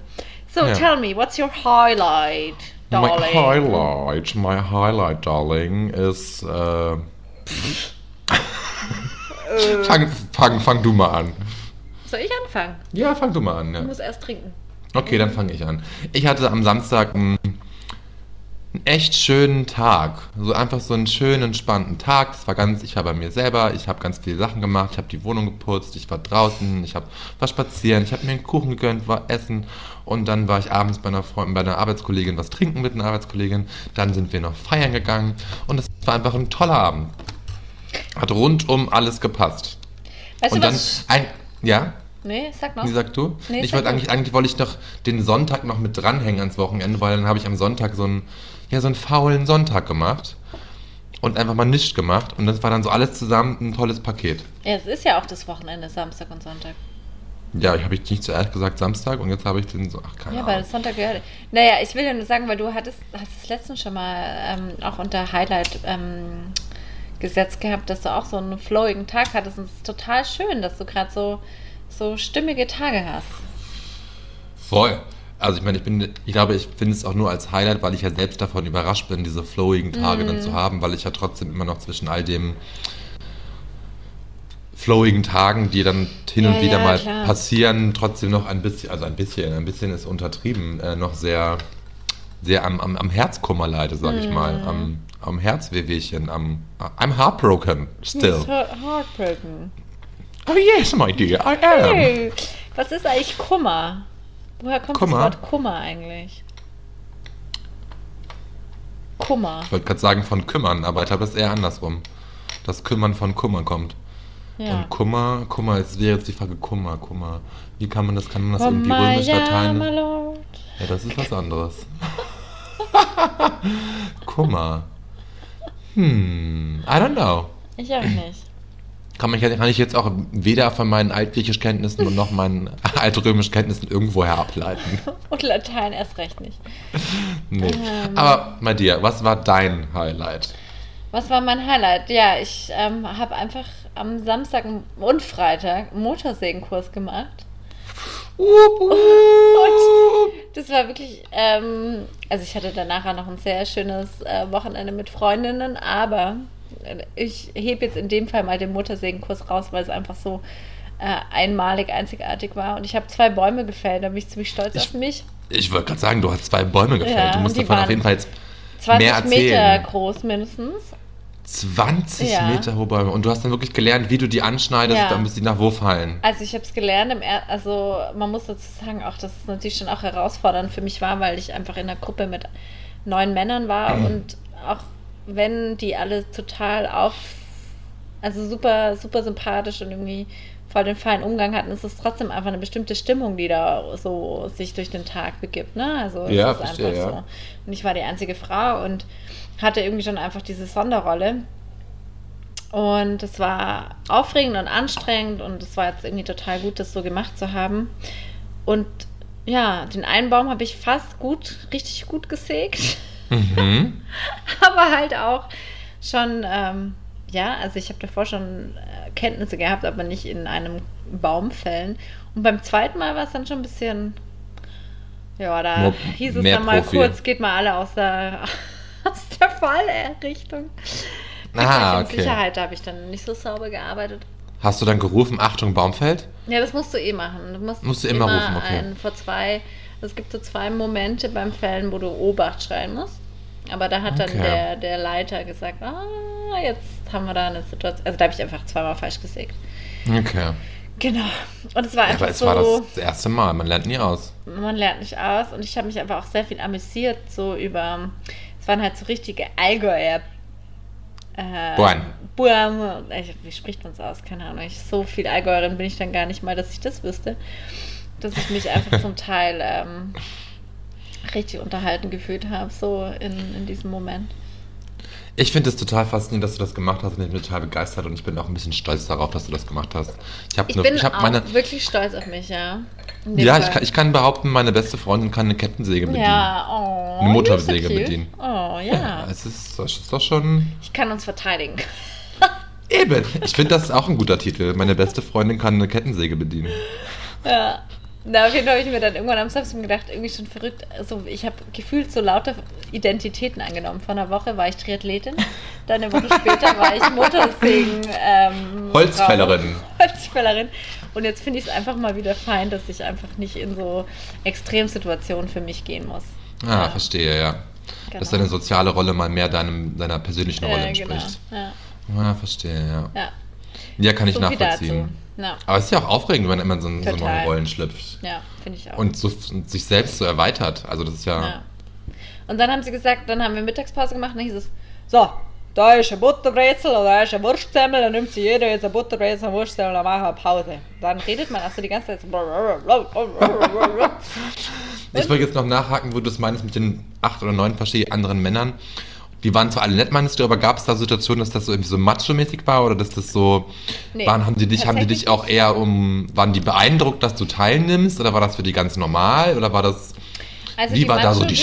S2: So,
S3: Ja.
S2: tell me, what's your highlight,
S3: My
S2: darling?
S3: highlight, my highlight, darling, is. Äh, fang, fang, fang du mal an.
S2: Soll ich anfangen?
S3: Ja, fang du mal an. Ja.
S2: Ich muss erst trinken.
S3: Okay, dann fange ich an. Ich hatte am Samstag einen, einen echt schönen Tag. So einfach so einen schönen, entspannten Tag. Es war ganz, ich war bei mir selber, ich habe ganz viele Sachen gemacht, ich habe die Wohnung geputzt, ich war draußen, ich hab, war spazieren, ich habe mir einen Kuchen gegönnt, war essen und dann war ich abends bei einer Freundin, bei einer Arbeitskollegin was trinken mit einer Arbeitskollegin. Dann sind wir noch feiern gegangen und es war einfach ein toller Abend. Hat rundum alles gepasst.
S2: Weißt
S3: und
S2: du
S3: dann
S2: was?
S3: ein, ja,
S2: Nee, sag noch.
S3: Wie sagst du?
S2: Nee,
S3: ich
S2: sag
S3: wollte
S2: du.
S3: eigentlich, eigentlich wollte ich noch den Sonntag noch mit dranhängen ans Wochenende, weil dann habe ich am Sonntag so einen, ja, so einen faulen Sonntag gemacht und einfach mal nichts gemacht. Und das war dann so alles zusammen ein tolles Paket.
S2: Ja, es ist ja auch das Wochenende, Samstag und Sonntag.
S3: Ja, ich habe ich nicht zuerst gesagt Samstag und jetzt habe ich den so, ach keine
S2: Ja, weil
S3: Ahnung.
S2: das Sonntag gehört. Naja, ich will ja nur sagen, weil du hattest, hast es letztens schon mal ähm, auch unter Highlight ähm, gesetzt gehabt, dass du auch so einen flowigen Tag hattest. Und es ist total schön, dass du gerade so, so stimmige Tage hast.
S3: Voll. Also ich meine, ich bin, ich glaube, ich finde es auch nur als Highlight, weil ich ja selbst davon überrascht bin, diese flowigen Tage
S2: Mhm.
S3: dann zu haben, weil ich ja trotzdem immer noch zwischen all dem flowigen Tagen, die dann hin
S2: Ja,
S3: und wieder
S2: ja,
S3: mal
S2: klar.
S3: passieren, trotzdem noch ein bisschen, also ein bisschen, ein bisschen ist untertrieben, äh, noch sehr, sehr am, am, am Herzkummer leide, sage ich mal,
S2: Mhm.
S3: am, am Herzwehwehchen, am, I'm heartbroken still.
S2: It's heart- heartbroken.
S3: Oh yes, my dear, I am.
S2: Hey, was ist eigentlich Kummer? Woher kommt
S3: Kummer?
S2: das Wort Kummer eigentlich? Kummer.
S3: Ich wollte gerade sagen von kümmern, aber ich glaube, das ist eher andersrum. Das Kümmern von Kummer kommt.
S2: Ja.
S3: Und Kummer, Kummer, es wäre jetzt die Frage Kummer, Kummer. Wie kann man das, kann man das irgendwie ne?
S2: Mama,
S3: römisch,
S2: ja, my
S3: lateinisch?
S2: lord.
S3: Ja, das ist was anderes. Kummer. Hm, I don't know.
S2: Ich auch nicht.
S3: Kann, man, kann ich jetzt auch weder von meinen Altgriechischkenntnissen noch meinen Altrömischkenntnissen irgendwoher ableiten.
S2: Und Latein erst recht nicht.
S3: Nee.
S2: Ähm.
S3: Aber, my dear, was war dein Highlight?
S2: Was war mein Highlight? Ja, ich ähm, habe einfach am Samstag und Freitag einen Motorsägenkurs gemacht. Das war wirklich, ähm, also ich hatte danach auch noch ein sehr schönes äh, Wochenende mit Freundinnen, aber ich hebe jetzt in dem Fall mal den Motorsägenkurs raus, weil es einfach so äh, einmalig, einzigartig war. Und ich habe zwei Bäume gefällt, da bin ich ziemlich stolz
S3: Ich-
S2: auf mich.
S3: Ich wollte gerade sagen, du hast zwei Bäume gefällt.
S2: Ja,
S3: du musst
S2: die
S3: davon auf
S2: waren
S3: jeden Fall jetzt
S2: 20
S3: mehr
S2: Meter
S3: erzählen.
S2: groß mindestens.
S3: 20
S2: Ja.
S3: Meter hohe Bäume. Und du hast dann wirklich gelernt, wie du die anschneidest,
S2: Ja.
S3: damit sie nach wo fallen.
S2: Also ich habe es gelernt, im er also man muss dazu sagen, auch dass es natürlich schon auch herausfordernd für mich war, weil ich einfach in einer Gruppe mit neun Männern war und auch wenn die alle total auf, also super, super sympathisch und irgendwie voll den feinen Umgang hatten, ist es trotzdem einfach eine bestimmte Stimmung, die da so sich durch den Tag begibt. Ne? Also
S3: Ja,
S2: es ist
S3: verstehe,
S2: einfach
S3: ja.
S2: so. Und ich war die einzige Frau und hatte irgendwie schon einfach diese Sonderrolle. Und es war aufregend und anstrengend und es war jetzt irgendwie total gut, das so gemacht zu haben. Und ja, den einen Baum habe ich fast gut, richtig gut gesägt,
S3: Mhm.
S2: aber halt auch schon, ähm, ja, also ich habe davor schon äh, Kenntnisse gehabt, aber nicht in einem Baum fällen. Und beim zweiten Mal war es dann schon ein bisschen, ja, da
S3: Nur
S2: hieß es
S3: mehr
S2: dann mal
S3: Profi.
S2: kurz, geht mal alle aus der, aus der Fallrichtung.
S3: Ah,
S2: Mit
S3: okay.
S2: Sicherheit da habe ich dann nicht so sauber gearbeitet.
S3: Hast du dann gerufen, Achtung, Baumfeld?
S2: Ja, das musst du eh machen. Du musst,
S3: Musst du immer rufen, okay.
S2: Ein, vor zwei, es gibt so zwei Momente beim Fällen, wo du Obacht schreien musst. Aber da hat dann
S3: Okay.
S2: der, der Leiter gesagt, ah, jetzt haben wir da eine Situation. Also da habe ich einfach zweimal falsch gesägt.
S3: Okay.
S2: Genau. Und es war
S3: Ja,
S2: einfach
S3: aber es
S2: so,
S3: war das, das erste Mal, man lernt nie aus.
S2: man lernt nicht aus. Und ich habe mich einfach auch sehr viel amüsiert, so über, es waren halt so richtige Allgäuer. Äh,
S3: Buan.
S2: Buam, ich, wie spricht man es aus? Keine Ahnung. Ich, so viel Allgäuerin bin ich dann gar nicht mal, dass ich das wüsste. Dass ich mich einfach zum Teil ähm, richtig unterhalten gefühlt habe, so in, in diesem Moment.
S3: Ich finde es total faszinierend, dass du das gemacht hast und ich bin total begeistert und ich bin auch ein bisschen stolz darauf, dass du das gemacht hast. Ich habe
S2: Ich
S3: nur,
S2: bin
S3: ich habe
S2: auch
S3: meine,
S2: wirklich stolz auf mich, ja. In dem
S3: ja, ich
S2: Fall.
S3: kann, ich kann behaupten, meine beste Freundin kann eine Kettensäge bedienen.
S2: Ja, oh.
S3: Eine
S2: you're
S3: Motorsäge
S2: cute.
S3: bedienen.
S2: Oh,
S3: Ja,
S2: ja.
S3: es ist, das ist doch schon.
S2: Ich kann uns verteidigen.
S3: Eben. Ich finde, das ist auch ein guter Titel. Meine beste Freundin kann eine Kettensäge bedienen.
S2: Ja. Na, auf jeden Fall habe ich mir dann irgendwann am Samstag gedacht, irgendwie schon verrückt. Also ich habe gefühlt so lauter Identitäten angenommen. Vor einer Woche war ich Triathletin, dann eine Woche später war ich Motorsägen. Ähm,
S3: Holzfällerin.
S2: Frau. Holzfällerin. Und jetzt finde ich es einfach mal wieder fein, dass ich einfach nicht in so Extremsituationen für mich gehen muss.
S3: Ah,
S2: Ja.
S3: verstehe, ja. Dass
S2: Genau.
S3: deine soziale Rolle mal mehr deinem, deiner persönlichen Rolle
S2: Äh, genau.
S3: entspricht.
S2: Ja,
S3: Ah, verstehe, ja.
S2: ja.
S3: Ja, kann ich
S2: So viel dazu.
S3: nachvollziehen.
S2: Ja,
S3: Aber es ist ja auch aufregend, wenn man immer in so, in so
S2: Total.
S3: neue Rollen schlüpft.
S2: ja finde ich auch.
S3: Und, so, und sich selbst so erweitert. Also das ist ja.
S2: Ja. Und dann haben sie gesagt, dann haben wir Mittagspause gemacht und dann hieß es, so,
S4: da ist ein Butterbrezel oder da ist ein Wurstsemmel, dann nimmt sich jeder jetzt ein Butterbrezel und Wurstsemmel und dann machen wir Pause. Dann redet man also die ganze Zeit so.
S3: Ich wollte jetzt noch nachhaken, wo du das meinst mit den acht oder neun verschiedenen anderen Männern. Die waren zwar alle nett, meinst du, aber gab es da Situationen, dass das so irgendwie so macho-mäßig war oder dass das so,
S2: Nee,
S3: waren, haben die dich, haben die dich auch eher um, waren die beeindruckt, dass du teilnimmst oder war das für die ganz normal oder war das,
S2: Also
S3: wie
S2: die
S3: war da so die
S2: Macho-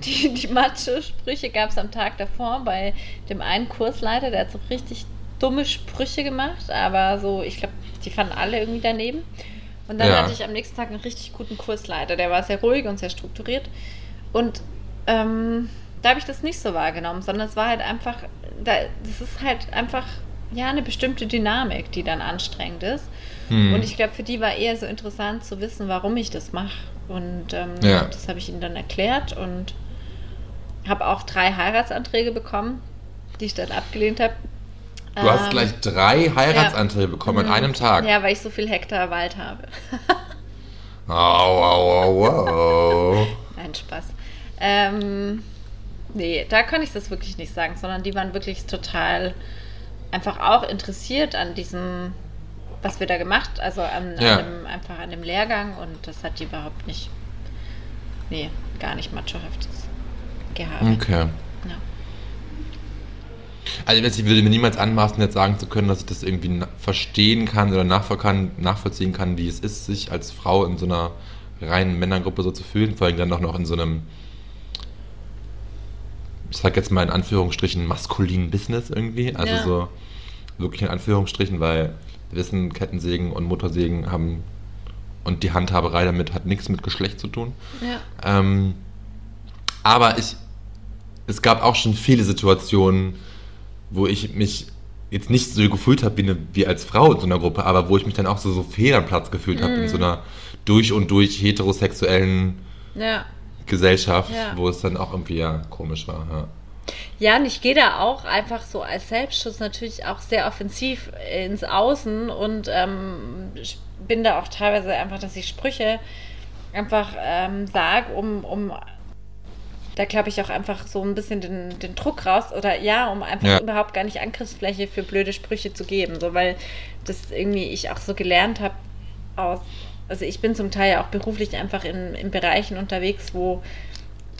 S2: Die, die Macho-Sprüche gab es am Tag davor bei dem einen Kursleiter, der hat so richtig dumme Sprüche gemacht, aber so, ich glaube, die fanden alle irgendwie daneben. Und dann
S3: Ja.
S2: hatte ich am nächsten Tag einen richtig guten Kursleiter, der war sehr ruhig und sehr strukturiert. Und ähm, da habe ich das nicht so wahrgenommen, sondern es war halt einfach, da, das ist halt einfach ja eine bestimmte Dynamik, die dann anstrengend ist.
S3: Hm.
S2: Und ich glaube, für die war eher so interessant zu wissen, warum ich das mache. Und ähm,
S3: Ja.
S2: das habe ich ihnen dann erklärt und habe auch drei Heiratsanträge bekommen, die ich dann abgelehnt habe.
S3: du hast gleich drei Heiratsanträge bekommen an einem Tag.
S2: ähm, mhm. Ja, weil ich so viel Hektar Wald habe.
S3: Au, au, au, au.
S2: Nein, Spaß. Ähm, nee, da kann ich das wirklich nicht sagen, sondern die waren wirklich total einfach auch interessiert an diesem, was wir da gemacht, also an,
S3: Ja.
S2: an dem, einfach an dem Lehrgang und das hat die überhaupt nicht, nee, gar nicht machohaftes gehabt.
S3: Okay.
S2: Ja.
S3: Also ich weiß, ich würde mir niemals anmaßen, jetzt sagen zu können, dass ich das irgendwie na- verstehen kann oder nachvoll kann, nachvollziehen kann, wie es ist, sich als Frau in so einer reinen Männergruppe so zu fühlen, vor allem dann auch noch in so einem, ich sag jetzt mal in Anführungsstrichen, maskulinen Business irgendwie. Also
S2: Ja.
S3: so wirklich in Anführungsstrichen, weil wir wissen, Kettensägen und Motorsägen haben und die Handhaberei damit hat nichts mit Geschlecht zu tun.
S2: Ja.
S3: Ähm, aber ich, es gab auch schon viele Situationen, wo ich mich jetzt nicht so gefühlt habe wie, eine, wie als Frau in so einer Gruppe, aber wo ich mich dann auch so, so fehl am Platz gefühlt habe
S2: Mhm.
S3: in so einer durch und durch heterosexuellen
S2: ja.
S3: Gesellschaft,
S2: Ja.
S3: wo es dann auch irgendwie ja komisch war. Ja.
S2: Ja, und ich gehe da auch einfach so als Selbstschutz natürlich auch sehr offensiv ins Außen und ähm, ich bin da auch teilweise einfach, dass ich Sprüche einfach ähm, sage, um, um da glaube ich auch einfach so ein bisschen den, den Druck raus oder ja, um einfach
S3: Ja.
S2: überhaupt gar nicht Angriffsfläche für blöde Sprüche zu geben, so weil das irgendwie ich auch so gelernt habe aus, also ich bin zum Teil ja auch beruflich einfach in, in Bereichen unterwegs, wo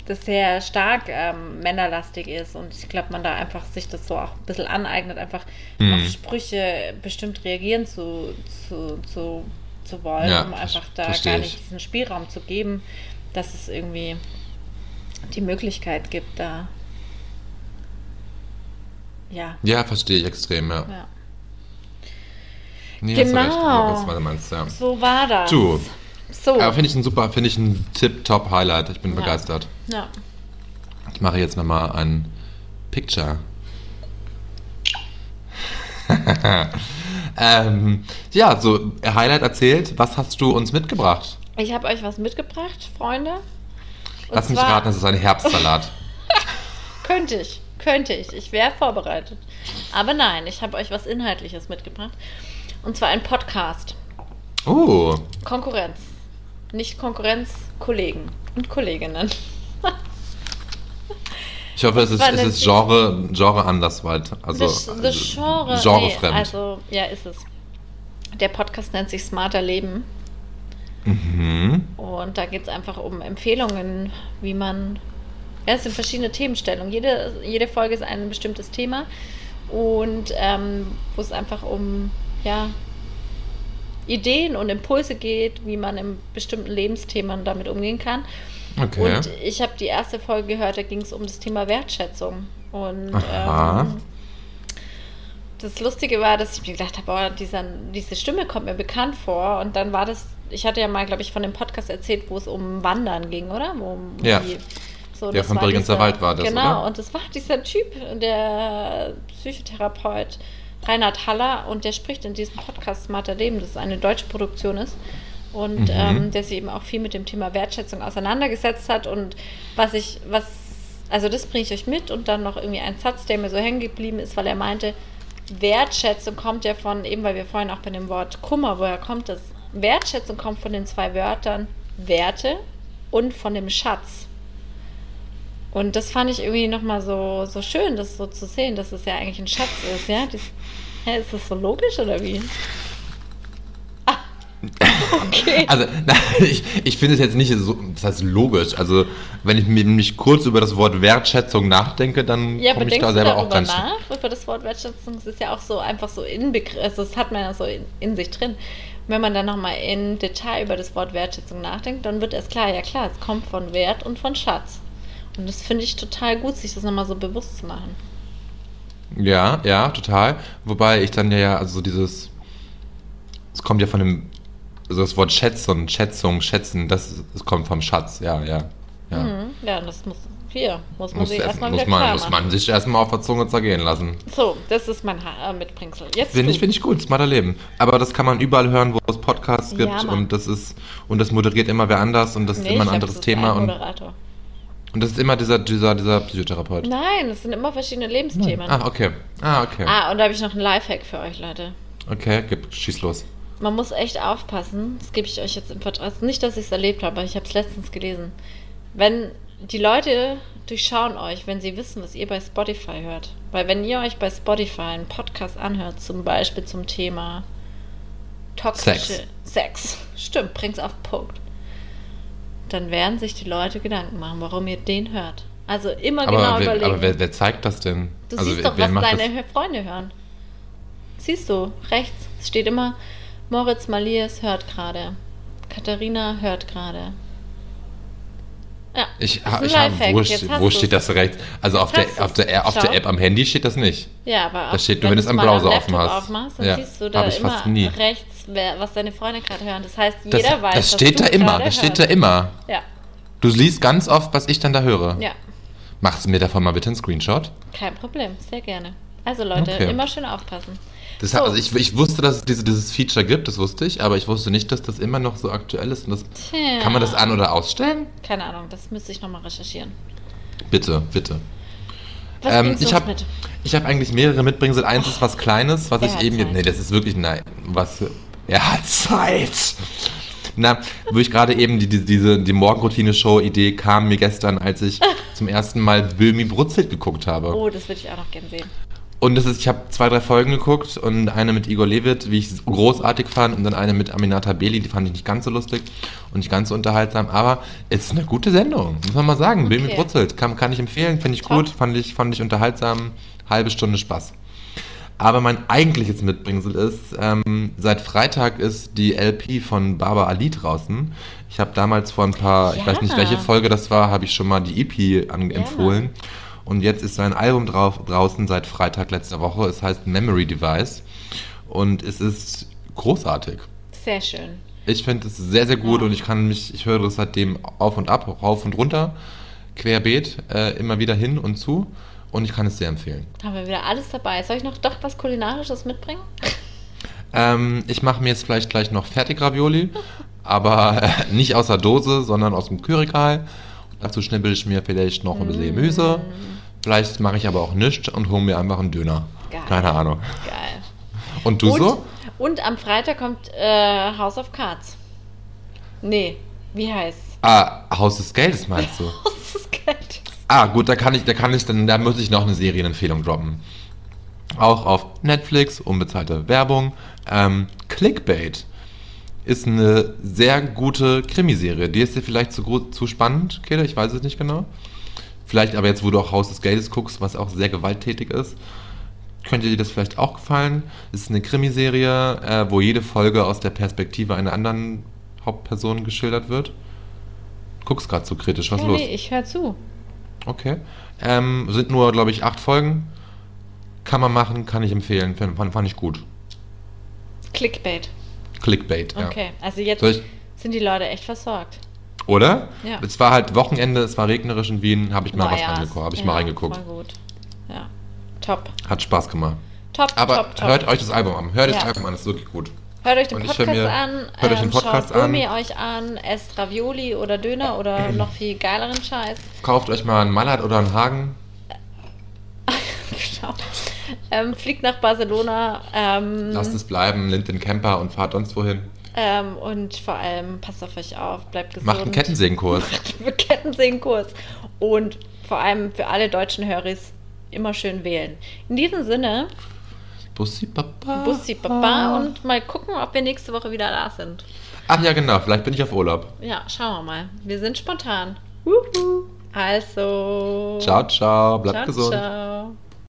S2: das sehr stark ähm, männerlastig ist und ich glaube, man da einfach sich das so auch ein bisschen aneignet, einfach
S3: Mhm.
S2: auf Sprüche bestimmt reagieren zu, zu, zu, zu wollen,
S3: Ja,
S2: um
S3: ver-
S2: einfach da
S3: versteh
S2: gar
S3: ich.
S2: nicht diesen Spielraum zu geben, dass es irgendwie die Möglichkeit gibt, da ja,
S3: Ja, verstehe ich extrem, ja.
S2: ja.
S3: Nee, hast du recht.
S2: Genau.
S3: Das war meinst, ja.
S2: So war das.
S3: Du.
S2: So.
S3: Aber finde ich ein super, finde ich ein Tip-Top-Highlight. Ich bin
S2: Ja.
S3: begeistert.
S2: Ja.
S3: Ich mache jetzt nochmal ein Picture. ähm, ja, so äh, Highlight erzählt. Was hast du uns mitgebracht?
S2: Ich habe euch was mitgebracht, Freunde. Und
S3: Lass mich
S2: zwar-
S3: raten, es ist ein Herbstsalat.
S2: Könnte ich, könnte ich. Ich wäre vorbereitet. Aber nein, ich habe euch was Inhaltliches mitgebracht. Und zwar ein Podcast.
S3: Oh,
S2: Konkurrenz. Nicht Konkurrenz, Kollegen und Kolleginnen.
S3: ich hoffe, es ist,
S2: war eine-
S3: es ist Genre, Genre anders weit. Also,
S2: das, das
S3: also
S2: Genre.
S3: Genrefremd.
S2: Nee, also, ja, ist es. Der Podcast nennt sich Smarter Leben.
S3: mhm.
S2: Und da geht es einfach um Empfehlungen, wie man. Ja, es sind verschiedene Themenstellungen. Jede, jede Folge ist ein bestimmtes Thema. Und ähm, wo es einfach um ja, Ideen und Impulse geht, wie man in bestimmten Lebensthemen damit umgehen kann.
S3: Okay.
S2: Und ich habe die erste Folge gehört, da ging es um das Thema Wertschätzung. Und
S3: Aha.
S2: ähm, das Lustige war, dass ich mir gedacht habe, oh, dieser, diese Stimme kommt mir bekannt vor. Und dann war das, ich hatte ja mal, glaube ich, von dem Podcast erzählt, wo es um Wandern ging, oder? Wo, um
S3: Ja.
S2: die- so,
S3: Der
S2: das
S3: von
S2: war
S3: Bregenzer
S2: dieser-
S3: Wald war das,
S2: Genau,
S3: oder?
S2: und das war dieser Typ, der Psychotherapeut Reinhard Haller. Und der spricht in diesem Podcast Smarter Leben, das eine deutsche Produktion ist. Und
S3: Mhm.
S2: ähm, der sich eben auch viel mit dem Thema Wertschätzung auseinandergesetzt hat. Und was ich, was, also das bringe ich euch mit und dann noch irgendwie ein Satz, der mir so hängen geblieben ist, weil er meinte, Wertschätzung kommt ja von, eben weil wir vorhin auch bei dem Wort Kummer, woher kommt das? Wertschätzung kommt von den zwei Wörtern Werte und von dem Schatz. Und das fand ich irgendwie nochmal so, so schön, das so zu sehen, dass es ja eigentlich ein Schatz ist, ja? Dies, hä, ist das so logisch oder wie? Ah, okay.
S3: Also, nein, ich, ich finde es jetzt nicht so, das heißt logisch. Also, wenn ich mir mich kurz über das Wort Wertschätzung nachdenke, dann
S2: Ja, aber
S3: komme ich
S2: denkst
S3: da
S2: du
S3: selber auch
S2: darüber
S3: ganz schnell.
S2: nach? Über das Wort Wertschätzung das ist ja auch so einfach so inbegriff, also das hat man ja so in, in sich drin. Wenn man dann nochmal im Detail über das Wort Wertschätzung nachdenkt, dann wird erst klar, ja klar, es kommt von Wert und von Schatz. Und das finde ich total gut, sich das nochmal so bewusst zu machen.
S3: Ja, ja, total. Wobei ich dann ja, ja, also so dieses, es kommt ja von dem, also das Wort Schätzen, Schätzung, Schätzen, das, das kommt vom Schatz, ja, ja. ja.
S2: Mhm. Ja, und das muss, hier, muss man
S3: Muss,
S2: sich
S3: erst,
S2: erstmal
S3: muss,
S2: wieder klar
S3: man,
S2: machen.
S3: muss man sich erstmal auf der Zunge zergehen lassen.
S2: So, das ist mein ha äh, Mitbringsel. Jetzt
S3: Finde ich,
S2: du.
S3: finde ich gut, smarter Leben. Aber das kann man überall hören, wo es Podcasts
S2: Ja,
S3: gibt
S2: Mann.
S3: und das ist, und das moderiert immer wer anders und das ist
S2: Nee,
S3: immer ein
S2: ich hab
S3: anderes
S2: das
S3: Thema
S2: einen
S3: und,
S2: Moderator.
S3: und das ist immer dieser, dieser, dieser Psychotherapeut.
S2: Nein, das sind immer verschiedene Lebensthemen.
S3: Ah, okay. Ah, okay.
S2: ah, und da habe ich noch einen Lifehack für euch, Leute.
S3: Okay, gib, schieß los.
S2: Man muss echt aufpassen, das gebe ich euch jetzt im Vertrag. Also Nicht, dass ich es erlebt habe, aber ich habe es letztens gelesen. Wenn die Leute durchschauen euch, wenn sie wissen, was ihr bei Spotify hört. Weil wenn ihr euch bei Spotify einen Podcast anhört, zum Beispiel zum Thema toxische Sex, stimmt, bring's auf den Punkt. Dann werden sich die Leute Gedanken machen, warum ihr den hört. Also immer
S3: Aber,
S2: genau
S3: wer,
S2: überlegen.
S3: aber wer, wer zeigt das denn?
S2: Du
S3: Also
S2: siehst
S3: wer-
S2: doch,
S3: wer
S2: was
S3: macht das?
S2: deine Freunde hören. Siehst du, rechts es steht immer, Moritz Maliers hört gerade. Katharina hört gerade. Ja,
S3: Ich,
S2: das ist
S3: ha-
S2: ein
S3: ich habe,
S2: Lifehack.
S3: wo,
S2: Jetzt
S3: ste-
S2: hast
S3: wo
S2: du's.
S3: steht das rechts? Also auf der,
S2: hast
S3: auf, der, App- auf
S2: du's.
S3: der App am Handy steht das nicht.
S2: Ja, aber
S3: Das steht nur, wenn
S2: du
S3: du es am
S2: mal
S3: Browser
S2: am
S3: offen
S2: Laptop
S3: hast.
S2: Aufmachst, dann
S3: Ja,
S2: siehst du da
S3: hab ich
S2: immer
S3: fast nie.
S2: rechts, wer, was deine Freunde gerade hören. Das heißt,
S3: Das,
S2: jeder weiß, was
S3: das steht
S2: du
S3: da immer.
S2: gerade
S3: Das steht
S2: hörst.
S3: da immer.
S2: Ja,
S3: Du liest ganz oft, was ich dann da höre.
S2: ja,
S3: Machst du mir davon mal bitte einen Screenshot?
S2: kein Problem, sehr gerne. Also Leute,
S3: Okay.
S2: immer schön aufpassen.
S3: Das,
S2: So.
S3: also ich, ich wusste, dass es diese, dieses Feature gibt, das wusste ich, aber ich wusste nicht, dass das immer noch so aktuell ist. Und das,
S2: Tja.
S3: Kann man das an- oder ausstellen?
S2: Keine Ahnung, das müsste ich nochmal recherchieren.
S3: Bitte, bitte.
S2: Was
S3: Ähm,
S2: bringst du
S3: ich
S2: uns
S3: hab-
S2: mit?
S3: Ich habe eigentlich mehrere Mitbringsel. Eins ist was Kleines, was
S2: Wer
S3: ich
S2: hat
S3: eben.
S2: Zeit?
S3: Nee, das ist wirklich. Nein, was. Er hat Zeit! Na, wo ich gerade eben die, die, diese die Morgenroutine-Show-Idee kam mir gestern, als ich zum ersten Mal Böhmi brutzelt geguckt habe.
S2: Oh, das würde ich auch noch gern sehen.
S3: Und das ist, ich habe zwei, drei Folgen geguckt und eine mit Igor Levit, wie ich es großartig fand, und dann eine mit Aminata Beli, die fand ich nicht ganz so lustig und nicht ganz so unterhaltsam, aber es ist eine gute Sendung, muss man mal sagen.
S2: Okay.
S3: Böhmi brutzelt, kann, kann ich empfehlen, finde ich
S2: Top.
S3: gut, fand ich, fand ich unterhaltsam, halbe Stunde Spaß. Aber mein eigentliches Mitbringsel ist, ähm, seit Freitag ist die LP von Baba Ali draußen. Ich habe damals vor ein paar, ich
S2: Ja.
S3: weiß nicht welche Folge das war, habe ich schon mal die EP an,
S2: Ja,
S3: empfohlen. Und jetzt ist sein Album drauf, draußen seit Freitag letzter Woche. Es heißt Memory Device. Und es ist großartig.
S2: Sehr schön.
S3: Ich finde es sehr, sehr gut
S2: Ja.
S3: und ich kann mich, ich höre das seitdem auf und ab, rauf und runter, querbeet, äh, immer wieder hin und zu. Und ich kann es sehr empfehlen.
S2: Da haben wir wieder alles dabei. Soll ich noch doch was Kulinarisches mitbringen?
S3: Ähm, ich mache mir jetzt vielleicht gleich noch fertig Ravioli, aber äh, nicht aus der Dose, sondern aus dem Kühlregal. Dazu schnippel ich mir vielleicht noch ein bisschen
S2: Mm.
S3: Gemüse. Vielleicht mache ich aber auch nichts und hole mir einfach einen Döner.
S2: Geil.
S3: Keine Ahnung.
S2: Geil.
S3: Und du
S2: und,
S3: so?
S2: und am Freitag kommt äh, House of Cards. Nee, wie heißt's?
S3: Ah, Haus des Geldes meinst du?
S2: Haus des Geldes.
S3: Ah, gut, da kann ich, da kann ich, dann, da muss ich noch eine Serienempfehlung droppen. Auch auf Netflix, unbezahlte Werbung. Ähm, Clickbait ist eine sehr gute Krimiserie. Die ist dir vielleicht zu, gro- zu spannend, Kede, ich weiß es nicht genau. Vielleicht aber jetzt, wo du auch Haus des Geldes guckst, was auch sehr gewalttätig ist, könnte dir das vielleicht auch gefallen. Es ist eine Krimiserie, äh, wo jede Folge aus der Perspektive einer anderen Hauptperson geschildert wird. Guckst gerade so kritisch, was
S2: ja,
S3: ist los?
S2: nee, ich höre zu.
S3: Okay. Ähm, sind nur, glaube ich, acht Folgen. Kann man machen, kann ich empfehlen. Fand, fand- fand ich gut.
S2: Clickbait.
S3: Clickbait, ja.
S2: Okay, also jetzt
S3: Soll ich,
S2: sind die Leute echt versorgt.
S3: oder?
S2: Ja.
S3: Es war halt Wochenende, es war regnerisch in Wien, habe ich mal was
S2: Neujahr.
S3: angeguckt, habe ich
S2: ja,
S3: mal reingeguckt.
S2: Voll gut. Ja, top.
S3: Hat Spaß gemacht.
S2: Top,
S3: Aber
S2: top, top.
S3: hört euch das Album an. Hört
S2: Ja.
S3: das Album an, ist wirklich gut.
S2: Hört euch den
S3: Und ich
S2: Podcast
S3: hör mir-
S2: an, ähm,
S3: hört euch den Podcast
S2: schaut
S3: an.
S2: Omi euch an, esst Ravioli oder Döner oder noch viel geileren Scheiß.
S3: Kauft euch mal einen Malat oder einen Hagen.
S2: Mhm. genau. Ähm, fliegt nach Barcelona ähm,
S3: Lasst es bleiben, nimmt den Camper und fahrt sonst wohin.
S2: ähm, und vor allem passt auf euch auf, bleibt gesund.
S3: Macht einen Kettensägenkurs.
S2: Kettensägenkurs. Und vor allem für alle deutschen Höris immer schön wählen. In diesem Sinne,
S3: Bussi Papa.
S2: Bussi Papa und mal gucken, ob wir nächste Woche wieder da sind.
S3: Ach ja, genau, vielleicht bin ich auf Urlaub.
S2: Ja, schauen wir mal. Wir sind spontan. Also.
S3: Ciao, ciao, bleibt
S2: ciao,
S3: gesund.
S2: ciao.